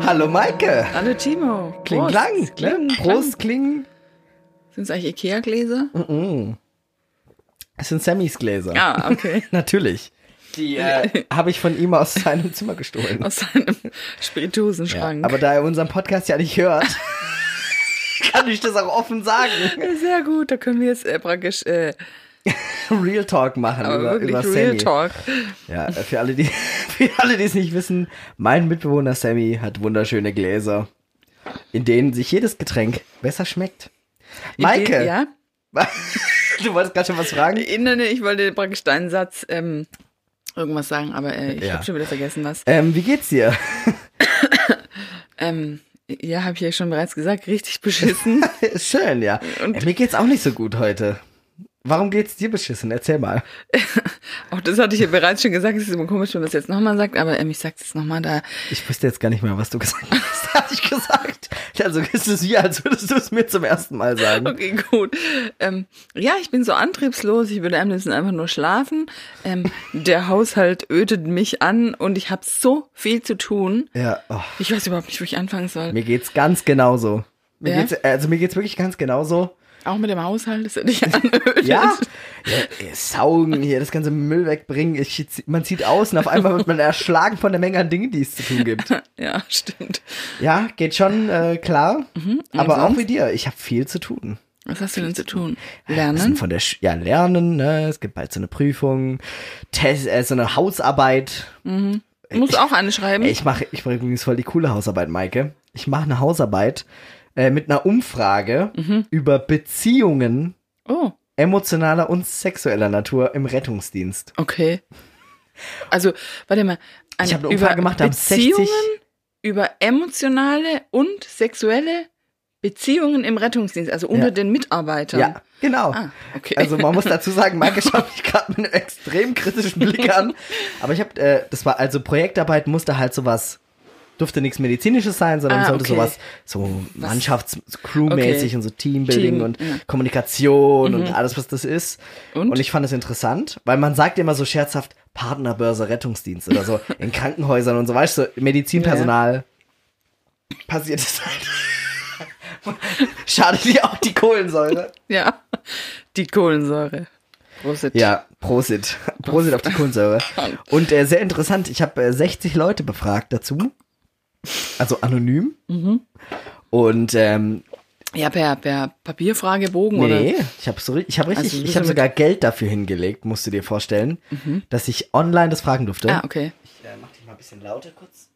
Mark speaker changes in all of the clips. Speaker 1: Hallo Maike.
Speaker 2: Hallo Timo.
Speaker 1: Kling,
Speaker 2: Prost.
Speaker 1: klang.
Speaker 2: Kling,
Speaker 1: ne? Prost, kling.
Speaker 2: Sind es eigentlich Ikea-Gläser?
Speaker 1: Es sind Sammys Gläser.
Speaker 2: Ja, okay.
Speaker 1: Natürlich. Die äh, habe ich von ihm aus seinem Zimmer gestohlen.
Speaker 2: Aus seinem
Speaker 1: Ja,
Speaker 2: Spirituosenschrank.
Speaker 1: aber da er unseren Podcast ja nicht hört, kann ich das auch offen sagen.
Speaker 2: Ja, Sehr gut, da können wir jetzt äh, praktisch äh,
Speaker 1: Real Talk machen
Speaker 2: aber
Speaker 1: über,
Speaker 2: wirklich
Speaker 1: über
Speaker 2: Real
Speaker 1: Sammy.
Speaker 2: Talk.
Speaker 1: Ja, äh, für alle, die, für alle, die es nicht wissen, mein Mitbewohner Sammy hat wunderschöne Gläser, in denen sich jedes Getränk besser schmeckt. Maike,
Speaker 2: Ja?
Speaker 1: du wolltest gerade schon was fragen?
Speaker 2: Äh, nein, nein, Ich wollte praktisch deinen Satz ähm, irgendwas sagen, aber äh, ich
Speaker 1: Ja.
Speaker 2: habe schon wieder vergessen was.
Speaker 1: Ähm, wie geht's dir?
Speaker 2: Ähm, ja, habe ich ja schon bereits gesagt, richtig beschissen.
Speaker 1: Ist Schön, ja.
Speaker 2: Und-
Speaker 1: Mir geht's auch nicht so gut heute. Warum geht's dir beschissen? Erzähl mal.
Speaker 2: Auch das hatte ich ja bereits schon gesagt. Es ist immer komisch, wenn man das jetzt nochmal sagt, aber ähm, ich sag's jetzt nochmal da.
Speaker 1: Ich wusste jetzt gar nicht mehr, was du gesagt hast. Hatte ich gesagt. Also es ist wie, als würdest du es mir zum ersten Mal sagen.
Speaker 2: Okay, gut. Ähm, ja, ich bin so antriebslos. Ich würde am liebsten einfach nur schlafen. Ähm, der Haushalt ödet mich an und ich habe so viel zu tun.
Speaker 1: Ja, oh,
Speaker 2: Ich weiß überhaupt nicht, wo ich anfangen soll.
Speaker 1: mir geht's ganz genauso. Mir
Speaker 2: Ja?
Speaker 1: geht's, also mir geht's wirklich ganz genauso.
Speaker 2: Auch mit dem Haushalt, das dich anödet.
Speaker 1: Ja, ja ey, saugen hier, das ganze Müll wegbringen. Ich, man zieht aus und auf einmal wird man erschlagen von der Menge an Dingen, die es zu tun gibt.
Speaker 2: Ja, stimmt.
Speaker 1: Ja, geht schon äh, klar. aber
Speaker 2: Mhm. sonst?
Speaker 1: auch wie dir, ich habe viel zu tun.
Speaker 2: Was hast du denn zu tun?
Speaker 1: Wir sind
Speaker 2: Lernen?
Speaker 1: von der Sch ja lernen, ne? Es gibt bald so eine Prüfung, Test, äh, so eine Hausarbeit.
Speaker 2: Musst du auch eine schreiben?
Speaker 1: Ey, Ich mache, ich mache übrigens voll die coole Hausarbeit, Maike. Ich mache eine Hausarbeit äh, mit einer Umfrage über Beziehungen
Speaker 2: Oh,
Speaker 1: emotionaler und sexueller Natur im Rettungsdienst.
Speaker 2: okay. Also, warte mal. Eine,
Speaker 1: Ich habe eine Umfrage gemacht, da haben 60
Speaker 2: Beziehungen? über emotionale und sexuelle Beziehungen im Rettungsdienst, also unter
Speaker 1: Ja.
Speaker 2: den Mitarbeitern.
Speaker 1: Ja, genau.
Speaker 2: Ah, okay.
Speaker 1: Also man muss dazu sagen, Maike schaut mich gerade mit einem extrem kritischen Blick an. Aber ich habe, äh, das war also Projektarbeit musste halt sowas, durfte nichts medizinisches sein, sondern
Speaker 2: Ah,
Speaker 1: sollte
Speaker 2: okay.
Speaker 1: sowas so Mannschafts-Crew-mäßig
Speaker 2: Okay.
Speaker 1: und so Teambuilding
Speaker 2: Team,
Speaker 1: und
Speaker 2: ja. Mhm.
Speaker 1: Kommunikation und alles was das ist.
Speaker 2: Und?
Speaker 1: ich fand es interessant, weil man sagt immer so scherzhaft Partnerbörse Rettungsdienst oder so in Krankenhäusern und so, weißt du, Medizinpersonal passiert es halt. Schadet dir auch die Kohlensäure.
Speaker 2: Ja, die Kohlensäure. Prosit.
Speaker 1: Ja, Prosit. Prosit auf die Kohlensäure. Und äh, sehr interessant, ich habe äh, 60 Leute befragt dazu. Also anonym.
Speaker 2: Mhm.
Speaker 1: Und ähm,
Speaker 2: Ja, per, per Papierfragebogen
Speaker 1: nee,
Speaker 2: oder?
Speaker 1: ich habe so, ri- ich hab richtig,
Speaker 2: Also, du bist
Speaker 1: ich habe
Speaker 2: damit-
Speaker 1: sogar Geld dafür hingelegt, musst du dir vorstellen, dass ich online das fragen durfte.
Speaker 2: Ah, okay.
Speaker 1: Ich äh, mach dich mal ein bisschen lauter kurz.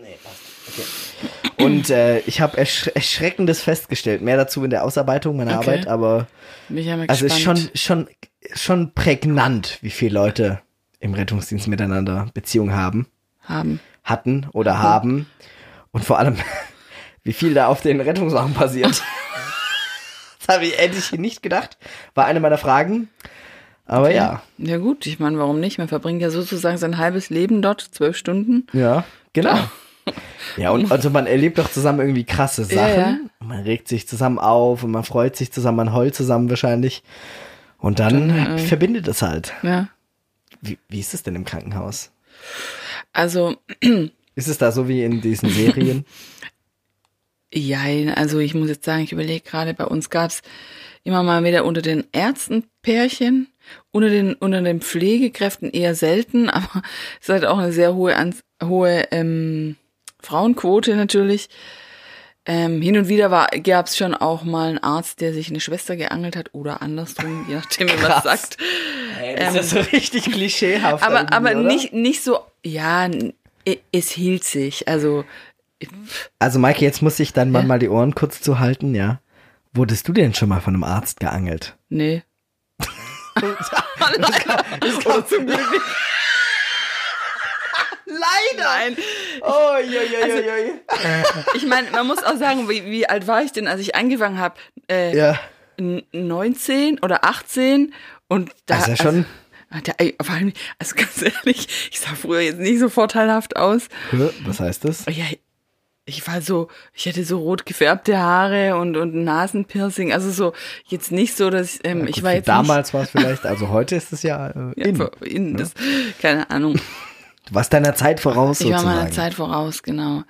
Speaker 1: Nee, passt. Okay. Und äh, ich habe ersch Erschreckendes festgestellt. Mehr dazu in der Ausarbeitung meiner
Speaker 2: Okay.
Speaker 1: Arbeit, aber
Speaker 2: Bin ich ja mal
Speaker 1: Also ist
Speaker 2: gespannt.
Speaker 1: schon, schon, schon prägnant, wie viele Leute im Rettungsdienst miteinander Beziehungen haben,
Speaker 2: haben.
Speaker 1: hatten oder haben. Und vor allem, wie viel da auf den Rettungswagen passiert. das habe ich endlich nicht gedacht. War eine meiner Fragen. Aber ja.
Speaker 2: Ja gut, ich meine, warum nicht? Man verbringt ja sozusagen sein halbes Leben dort, zwölf Stunden.
Speaker 1: Ja, genau. Ja, und also man erlebt doch zusammen irgendwie krasse Sachen.
Speaker 2: Ja, ja.
Speaker 1: Und Man regt sich zusammen auf und man freut sich zusammen, man heult zusammen wahrscheinlich. Und dann, verbindet es halt.
Speaker 2: Ja.
Speaker 1: Wie, wie ist es denn im Krankenhaus?
Speaker 2: Also,
Speaker 1: Ist es da so wie in diesen Serien?
Speaker 2: ja, also ich muss jetzt sagen, ich überlege gerade, bei uns gab's immer mal wieder unter den Ärzten Pärchen, unter den, unter den Pflegekräften eher selten, aber es hat auch eine sehr hohe, Anz hohe ähm, Frauenquote natürlich. Ähm, hin und wieder war gab's schon auch mal einen Arzt, der sich eine Schwester geangelt hat oder andersrum, je nachdem, wie man
Speaker 1: Krass.
Speaker 2: es sagt.
Speaker 1: Äh, das ist ja so richtig klischeehaft.
Speaker 2: Aber,
Speaker 1: irgendwie,
Speaker 2: aber
Speaker 1: oder?
Speaker 2: nicht, nicht so, ja, n- e- es hielt sich. Also,
Speaker 1: Also, Maike, jetzt muss ich dein Mann
Speaker 2: Ja.
Speaker 1: mal die Ohren kurz zuhalten, ja? Wurdest du denn schon mal von einem Arzt geangelt?
Speaker 2: nee. Oh
Speaker 1: Zum Glück nicht. Leider!
Speaker 2: Nein.
Speaker 1: Oh, je, je,
Speaker 2: Also-
Speaker 1: je, je.
Speaker 2: Ich meine, man muss auch sagen, wie, wie alt war ich denn, als ich angefangen habe? Äh,
Speaker 1: Ja.
Speaker 2: n- 19 oder 18 und da
Speaker 1: Also schon-
Speaker 2: also, da, vor allem, also ganz ehrlich, ich sah früher jetzt nicht so vorteilhaft aus.
Speaker 1: Hä, Was heißt das?
Speaker 2: Ja, ich war so, ich hatte so rot gefärbte Haare und, und ein Nasenpiercing. Also so, jetzt nicht so, dass ich, ähm, ich
Speaker 1: Gut,
Speaker 2: war
Speaker 1: für
Speaker 2: jetzt nicht,
Speaker 1: damals war es vielleicht, also heute ist es ja, äh,
Speaker 2: Ja,
Speaker 1: in.
Speaker 2: für ihn, das, keine Ahnung.
Speaker 1: Du warst deiner Zeit voraus
Speaker 2: Ich war
Speaker 1: sozusagen.
Speaker 2: meiner Zeit voraus, genau.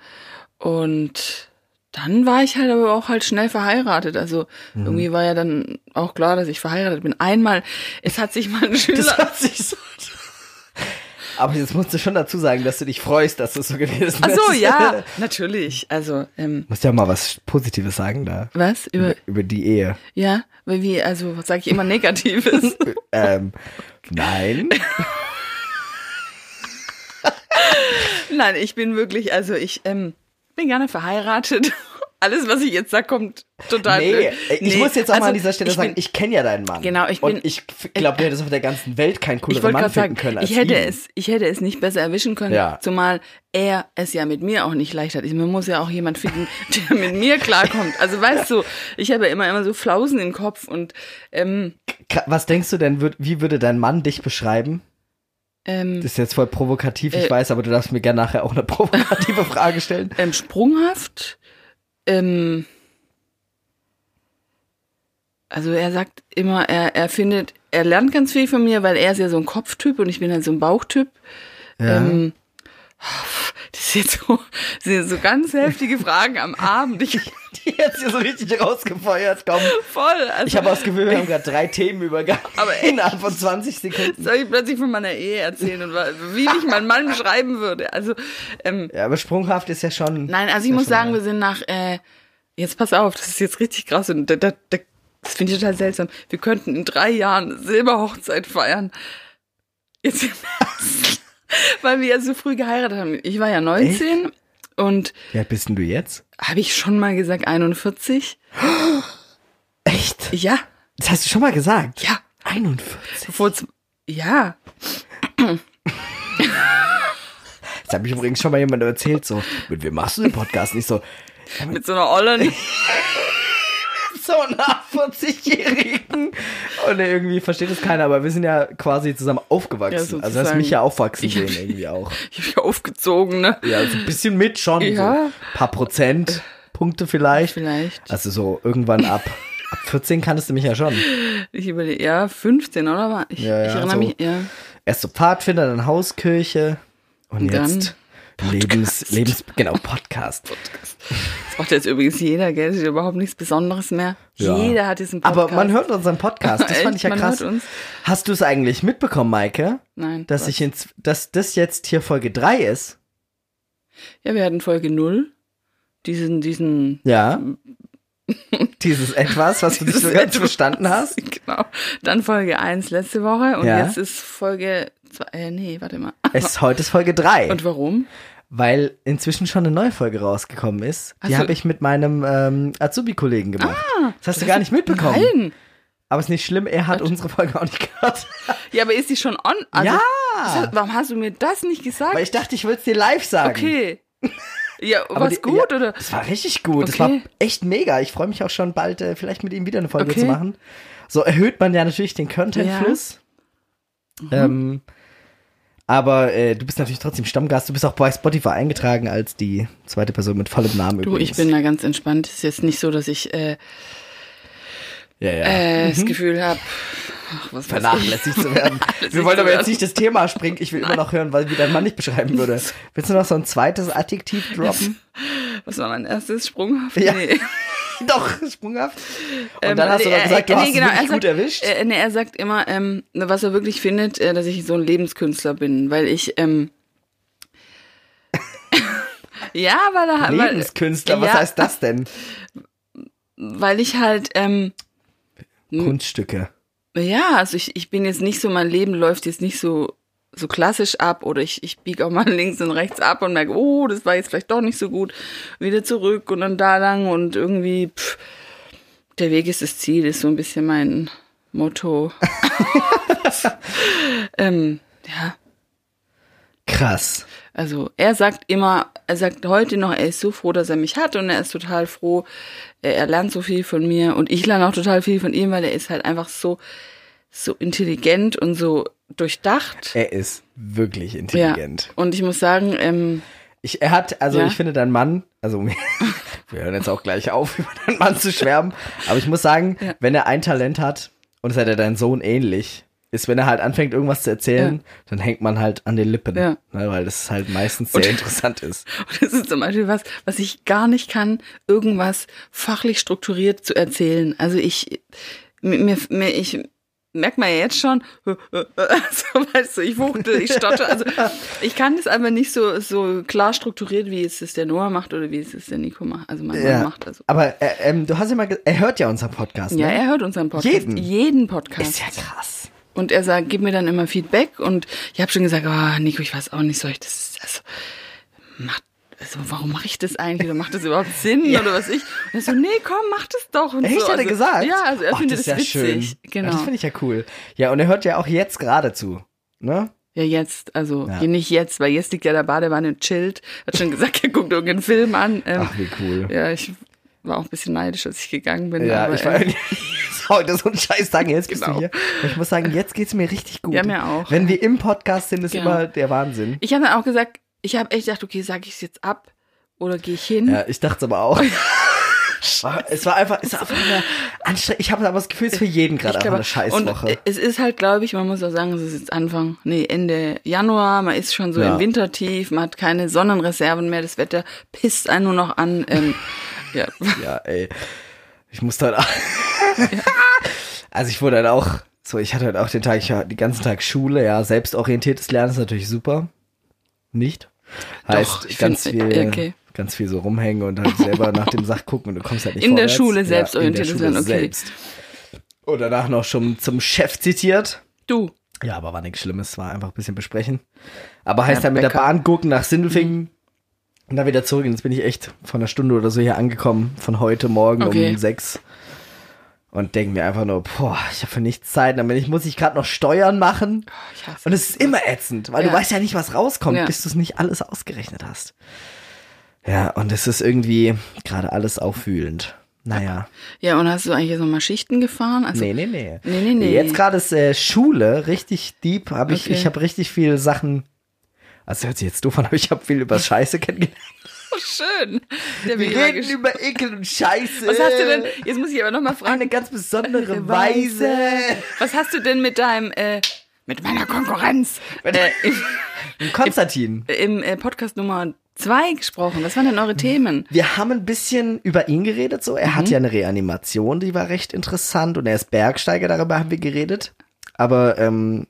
Speaker 2: Und dann war ich halt aber auch halt schnell verheiratet. Also
Speaker 1: Mhm.
Speaker 2: irgendwie war ja dann auch klar, dass ich verheiratet bin. Einmal, es hat sich mal ein
Speaker 1: Das
Speaker 2: Schüler.
Speaker 1: hat sich so. Aber jetzt musst du schon dazu sagen, dass du dich freust, dass das so gewesen
Speaker 2: Ach
Speaker 1: ist.
Speaker 2: so, ja, natürlich. Also, ähm,
Speaker 1: Musst ja mal was Positives sagen da.
Speaker 2: was? Über,
Speaker 1: Über die Ehe.
Speaker 2: ja, weil wie, also sage ich immer Negatives.
Speaker 1: Ähm, nein.
Speaker 2: Nein, ich bin wirklich, also ich ähm, bin gerne verheiratet. Alles, was ich jetzt sag, kommt total
Speaker 1: Nee,
Speaker 2: blöd.
Speaker 1: ich
Speaker 2: Nee,
Speaker 1: muss jetzt auch mal
Speaker 2: also
Speaker 1: an dieser Stelle
Speaker 2: ich
Speaker 1: sagen,
Speaker 2: bin-
Speaker 1: ich kenne ja deinen Mann.
Speaker 2: Genau, ich bin- Äh,
Speaker 1: Und ich glaube, du hättest auf der ganzen Welt keinen
Speaker 2: Ich
Speaker 1: cooleren
Speaker 2: wollte
Speaker 1: Mann
Speaker 2: gerade
Speaker 1: finden
Speaker 2: sagen,
Speaker 1: können als
Speaker 2: ich hätte
Speaker 1: ihn.
Speaker 2: es, ich hätte es nicht besser erwischen können,
Speaker 1: Ja.
Speaker 2: zumal er es ja mit mir auch nicht leicht hat. Ich- Man muss ja auch jemand finden, der mit mir klarkommt. Also weißt du, ich habe ja immer immer so Flausen im Kopf und ähm,
Speaker 1: Ka- Was denkst du denn, würd- wie würde dein Mann dich beschreiben?
Speaker 2: ähm,
Speaker 1: Das ist jetzt voll provokativ, ich
Speaker 2: Äh.
Speaker 1: weiß, aber du darfst mir gerne nachher auch eine provokative Frage stellen.
Speaker 2: ähm, sprunghaft. Ähm, also er sagt immer, er, er findet, er lernt ganz viel von mir, weil er ist ja so ein Kopftyp und ich bin halt so ein Bauchtyp.
Speaker 1: Ja.
Speaker 2: Ähm, das sind jetzt so, das sind jetzt so ganz heftige Fragen am Abend. Ich
Speaker 1: Die jetzt hier so richtig rausgefeuert, komm.
Speaker 2: voll. Also,
Speaker 1: Ich habe auch das Gefühl, wir haben gerade drei Themen übergangen.
Speaker 2: Aber echt?
Speaker 1: innerhalb von 20 Sekunden.
Speaker 2: soll ich plötzlich von meiner Ehe erzählen und wa- wie ich meinen Mann beschreiben würde. Also ähm,
Speaker 1: Ja, aber sprunghaft ist ja schon.
Speaker 2: Nein, also ich
Speaker 1: Ja,
Speaker 2: muss
Speaker 1: schon
Speaker 2: sagen,
Speaker 1: mal.
Speaker 2: wir sind nach. Äh, jetzt pass auf, das ist jetzt richtig krass und da, da, da, das finde ich total seltsam. Wir könnten in drei Jahren Silberhochzeit feiern. Jetzt, im Ernst. weil wir ja so früh geheiratet haben. Ich war ja 19 und
Speaker 1: Wer bist denn du jetzt?
Speaker 2: habe ich schon mal gesagt 41.
Speaker 1: Echt?
Speaker 2: Ja,
Speaker 1: Das hast du schon mal gesagt.
Speaker 2: ja,
Speaker 1: 41.
Speaker 2: bevor z- ja.
Speaker 1: Das hat mich übrigens schon mal jemand erzählt, so, mit wem machst du den Podcast? Nicht so,
Speaker 2: Mit so einer Olle.
Speaker 1: so nach 40-Jährigen. Und irgendwie versteht es keiner, aber wir sind ja quasi zusammen
Speaker 2: Ja,
Speaker 1: aufgewachsen.
Speaker 2: sozusagen.
Speaker 1: also hast mich ja aufwachsen
Speaker 2: Ich-
Speaker 1: sehen irgendwie auch.
Speaker 2: Ich habe ja aufgezogen, ne?
Speaker 1: Ja, so ein bisschen mit schon. So
Speaker 2: Ja.
Speaker 1: ein paar Prozent, Punkte vielleicht.
Speaker 2: Vielleicht.
Speaker 1: Also so irgendwann ab, ab 14 kanntest du mich ja schon.
Speaker 2: Ich überlege, ja, 15, oder? War- Ich,
Speaker 1: Ja, ja,
Speaker 2: ich erinnere
Speaker 1: so.
Speaker 2: mich, ja.
Speaker 1: Erst so Pfadfinder, dann Hauskirche und
Speaker 2: Und dann
Speaker 1: jetzt Lebens, Lebens, genau, Podcast.
Speaker 2: Das macht jetzt übrigens jeder, gell? Das ist überhaupt nichts Besonderes mehr.
Speaker 1: Ja.
Speaker 2: Jeder hat diesen Podcast.
Speaker 1: Aber man hört unseren Podcast, das fand
Speaker 2: Echt?
Speaker 1: ich ja
Speaker 2: Man
Speaker 1: krass.
Speaker 2: hört uns.
Speaker 1: Hast du es eigentlich mitbekommen, Maike,
Speaker 2: Nein.
Speaker 1: dass
Speaker 2: was?
Speaker 1: ich ins, dass das jetzt hier Folge 3 ist?
Speaker 2: Ja, wir hatten Folge null. Diesen, diesen.
Speaker 1: Ja. Dieses etwas, was du nicht so
Speaker 2: dieses
Speaker 1: ganz
Speaker 2: Etwas.
Speaker 1: verstanden hast.
Speaker 2: Genau. Dann Folge eins letzte Woche und
Speaker 1: Ja.
Speaker 2: jetzt ist Folge zwei. Äh, nee, warte mal.
Speaker 1: Es, heute ist Folge 3.
Speaker 2: Und warum?
Speaker 1: Weil inzwischen schon eine neue Folge rausgekommen ist. Die
Speaker 2: Ach so.
Speaker 1: habe ich mit meinem ähm, Azubi-Kollegen gemacht. das hast du gar nicht mitbekommen.
Speaker 2: Ah, Nein.
Speaker 1: Aber ist nicht schlimm, er hat unsere Folge auch nicht gehört.
Speaker 2: Ja, aber ist die schon on? Also,
Speaker 1: Ja.
Speaker 2: das hat- Warum hast du mir das nicht gesagt?
Speaker 1: Weil ich dachte, ich würde es dir live sagen.
Speaker 2: okay. Ja,
Speaker 1: Aber
Speaker 2: war's
Speaker 1: die-
Speaker 2: gut
Speaker 1: ja,
Speaker 2: oder?
Speaker 1: Das war richtig gut. Das war
Speaker 2: Okay.
Speaker 1: echt mega. Ich freue mich auch schon bald, äh, vielleicht mit ihm wieder eine Folge
Speaker 2: Okay.
Speaker 1: zu machen. So erhöht man ja natürlich den Contentfluss. Ähm, aber äh, du bist natürlich trotzdem Stammgast. Du bist auch bei Spotify eingetragen als die zweite Person mit vollem Namen.
Speaker 2: Du, ich bin da ganz entspannt. Ist jetzt nicht so, dass ich äh,
Speaker 1: ja, ja.
Speaker 2: äh, das Gefühl habe, ach, was weiß ich.
Speaker 1: Mhm. vernachlässigt zu werden.
Speaker 2: Alles
Speaker 1: Wir
Speaker 2: nicht
Speaker 1: wollen aber
Speaker 2: zu
Speaker 1: jetzt
Speaker 2: werden.
Speaker 1: nicht das Thema springen. Ich will immer noch hören, weil wie dein Mann nicht beschreiben würde. Willst du noch so ein zweites Adjektiv droppen?
Speaker 2: Was war mein erstes? Sprunghaft?
Speaker 1: Ja.
Speaker 2: Nee.
Speaker 1: Doch, sprunghaft. Und
Speaker 2: Ähm,
Speaker 1: dann hast du
Speaker 2: nee,
Speaker 1: doch gesagt, du
Speaker 2: äh,
Speaker 1: hast
Speaker 2: nee,
Speaker 1: es
Speaker 2: genau,
Speaker 1: wirklich
Speaker 2: er sagt,
Speaker 1: gut erwischt.
Speaker 2: Äh, nee, er sagt immer, ähm, was er wirklich findet, äh, dass ich so ein Lebenskünstler bin, weil ich, ähm, ja, weil er halt- weil,
Speaker 1: Lebenskünstler, was
Speaker 2: ja,
Speaker 1: heißt das denn?
Speaker 2: weil ich halt, ähm,
Speaker 1: Kunststücke.
Speaker 2: ja, also ich, ich bin jetzt nicht so, mein Leben läuft jetzt nicht so, so klassisch ab oder ich, ich biege auch mal links und rechts ab und merke, oh, das war jetzt vielleicht doch nicht so gut, wieder zurück und dann da lang und irgendwie, pff, der Weg ist das Ziel, ist so ein bisschen mein Motto. ähm, ja,
Speaker 1: Krass.
Speaker 2: also er sagt immer, er sagt heute noch, er ist so froh, dass er mich hat und er ist total froh. Er, er lernt so viel von mir und ich lerne auch total viel von ihm, weil er ist halt einfach so so intelligent und so durchdacht.
Speaker 1: Er ist wirklich
Speaker 2: ja.
Speaker 1: intelligent.
Speaker 2: Und ich muss sagen, ähm,
Speaker 1: Ich, er hat, also
Speaker 2: Ja.
Speaker 1: ich finde dein Mann, also wir hören jetzt auch gleich auf, über deinen Mann zu schwärmen, aber ich muss sagen, wenn er ein Talent hat, und es hat er dein Sohn ähnlich, ist, wenn er halt anfängt, irgendwas zu erzählen,
Speaker 2: Ja.
Speaker 1: dann hängt man halt an den Lippen,
Speaker 2: Ja.
Speaker 1: ne, weil das halt meistens sehr interessant ist.
Speaker 2: Und das ist zum Beispiel was, was ich gar nicht kann, irgendwas fachlich strukturiert zu erzählen. Also ich, mir, mir- mir ich merke mal jetzt schon, so, weißt du, ich wuchte, ich stotter. Also ich kann das einfach nicht so, so klar strukturiert, wie es das der Noah macht oder wie es das der Nico macht. Also mein
Speaker 1: Ja.
Speaker 2: Mann macht also.
Speaker 1: Aber äh, ähm, du hast ja mal, ge- er hört ja unseren Podcast.
Speaker 2: Ja,
Speaker 1: ne?
Speaker 2: er hört unseren Podcast.
Speaker 1: Jeden?
Speaker 2: Jeden Podcast.
Speaker 1: Ist ja krass.
Speaker 2: Und er sagt, gib mir dann immer Feedback. Und ich habe schon gesagt, oh, Nico, ich weiß auch nicht, soll ich das, also, macht, also warum mache ich das eigentlich? Oder macht das überhaupt Sinn? Oder was ich? Und er so, nee, komm, mach das doch. Und
Speaker 1: Echt,
Speaker 2: so.
Speaker 1: hat er
Speaker 2: also,
Speaker 1: gesagt?
Speaker 2: Ja, also er
Speaker 1: Och,
Speaker 2: findet
Speaker 1: das
Speaker 2: das,
Speaker 1: ist ja
Speaker 2: witzig.
Speaker 1: schön. Ja, Das
Speaker 2: Genau.
Speaker 1: finde ich ja cool. Ja, und er hört ja auch jetzt gerade zu. Ne?
Speaker 2: Ja, jetzt, also
Speaker 1: Ja.
Speaker 2: hier nicht jetzt, weil jetzt liegt ja der Badewanne und chillt. Hat schon gesagt, er guckt irgendeinen Film an. Ähm,
Speaker 1: Ach, wie cool.
Speaker 2: Ja, ich war auch ein bisschen neidisch, als ich gegangen bin.
Speaker 1: Ja,
Speaker 2: aber,
Speaker 1: ich war
Speaker 2: äh,
Speaker 1: heute so ein scheiß Tag, jetzt bist du
Speaker 2: Genau.
Speaker 1: hier. Und Ich muss sagen, jetzt geht's mir richtig gut.
Speaker 2: Ja, mir auch.
Speaker 1: Wenn wir im Podcast sind, ist
Speaker 2: Genau.
Speaker 1: immer der Wahnsinn.
Speaker 2: ich habe dann auch gesagt, ich habe echt gedacht, okay, sage ich es jetzt ab oder gehe ich hin?
Speaker 1: Ja, ich dachte es aber auch. War- es war einfach, es war einfach eine anstrengend. Ich habe aber das Gefühl, es ist für jeden gerade
Speaker 2: Ich
Speaker 1: einfach eine
Speaker 2: glaube,
Speaker 1: Scheißwoche.
Speaker 2: Und es ist halt, glaube ich, man muss auch sagen, es ist jetzt Anfang, nee, Ende Januar, man ist schon so
Speaker 1: Ja.
Speaker 2: im Wintertief, man hat keine Sonnenreserven mehr, das Wetter pisst einen nur noch an. Ähm, ja.
Speaker 1: Ja, ey. Ich musste halt auch. also ich wurde halt auch, so ich hatte halt auch den Tag, ich war den ganzen Tag Schule, ja, selbstorientiertes Lernen ist natürlich super. Nicht? Heißt,
Speaker 2: ich
Speaker 1: ganz
Speaker 2: find-
Speaker 1: viel,
Speaker 2: äh, okay.
Speaker 1: ganz viel so rumhängen und halt selber nach dem Sach gucken und du kommst halt nicht
Speaker 2: In der
Speaker 1: vorwärts.
Speaker 2: Schule
Speaker 1: Ja,
Speaker 2: selbstorientiertes
Speaker 1: in der Schule
Speaker 2: Lernen, okay.
Speaker 1: Selbst. Und danach noch schon zum Chef zitiert.
Speaker 2: Du,
Speaker 1: Ja, aber war nichts Schlimmes, war einfach ein bisschen besprechen. Aber heißt
Speaker 2: Ja,
Speaker 1: dann mit der
Speaker 2: Bäcker.
Speaker 1: Bahn gucken nach Sindelfingen
Speaker 2: Mhm.
Speaker 1: und dann wieder zurück. Und jetzt bin ich echt von einer Stunde oder so hier angekommen, von heute Morgen
Speaker 2: Okay.
Speaker 1: um sechs. Und denke mir einfach nur, boah, ich habe für nichts Zeit. Dann bin ich, muss ich gerade noch Steuern machen.
Speaker 2: ich hasse
Speaker 1: Und es ist immer ätzend, weil du
Speaker 2: Ja.
Speaker 1: weißt ja nicht, was rauskommt,
Speaker 2: Ja.
Speaker 1: bis du es nicht alles ausgerechnet hast. Ja, und es ist irgendwie gerade alles aufwühlend. Naja.
Speaker 2: ja, und hast du eigentlich jetzt nochmal Schichten gefahren? Also,
Speaker 1: Nee, nee, nee.
Speaker 2: Nee, nee, nee.
Speaker 1: Jetzt gerade ist äh, Schule richtig deep. Hab ich
Speaker 2: Okay.
Speaker 1: ich habe richtig viel Sachen. Also hört sich jetzt doof an, aber ich habe viel über Scheiße kennengelernt.
Speaker 2: Oh, schön. Der
Speaker 1: Wir
Speaker 2: Weber
Speaker 1: reden
Speaker 2: gesch-
Speaker 1: über Ekel und Scheiße.
Speaker 2: was hast du denn, jetzt muss ich aber nochmal fragen.
Speaker 1: Eine ganz besondere Weise.
Speaker 2: Was hast du denn mit deinem, äh, mit meiner Konkurrenz äh, im,
Speaker 1: Und Konstantin,
Speaker 2: im äh, Podcast Nummer zwei gesprochen? Was waren denn eure Themen?
Speaker 1: wir haben ein bisschen über ihn geredet. So, er
Speaker 2: Mhm.
Speaker 1: hat ja eine Reanimation, die war recht interessant und er ist Bergsteiger. Darüber haben wir geredet. Aber ähm,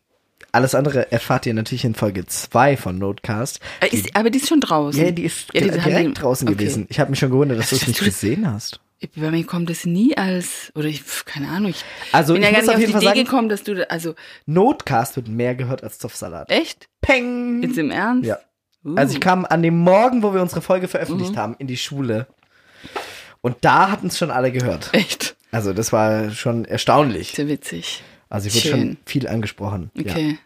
Speaker 1: alles andere erfahrt ihr natürlich in Folge 2 von Notcast.
Speaker 2: Äh, Ist, aber die ist schon draußen.
Speaker 1: Ja, die ist
Speaker 2: Hm. Ja,
Speaker 1: di-
Speaker 2: haben
Speaker 1: direkt
Speaker 2: die-
Speaker 1: draußen
Speaker 2: okay.
Speaker 1: gewesen. Ich habe mich schon gewundert, dass du es
Speaker 2: Das
Speaker 1: nicht
Speaker 2: tut-
Speaker 1: gesehen hast.
Speaker 2: Ich- Bei mir kommt das nie als, oder ich, pf, keine Ahnung, ich
Speaker 1: Also,
Speaker 2: bin ja
Speaker 1: ich
Speaker 2: gar
Speaker 1: muss
Speaker 2: nicht
Speaker 1: auf
Speaker 2: auf die
Speaker 1: jeden
Speaker 2: Idee
Speaker 1: Fall sagen-
Speaker 2: gekommen, dass du, da, also,
Speaker 1: Notcast wird mehr gehört als Zoffsalat.
Speaker 2: echt?
Speaker 1: Peng!
Speaker 2: Jetzt im Ernst?
Speaker 1: Ja.
Speaker 2: Uh.
Speaker 1: Also ich kam an dem Morgen, wo wir unsere Folge veröffentlicht
Speaker 2: Mhm.
Speaker 1: haben, in die Schule. Und da hatten es schon alle gehört.
Speaker 2: Echt?
Speaker 1: Also das war schon erstaunlich.
Speaker 2: Sehr witzig.
Speaker 1: Also ich wurde
Speaker 2: Schön.
Speaker 1: schon viel angesprochen. Ja.
Speaker 2: Okay.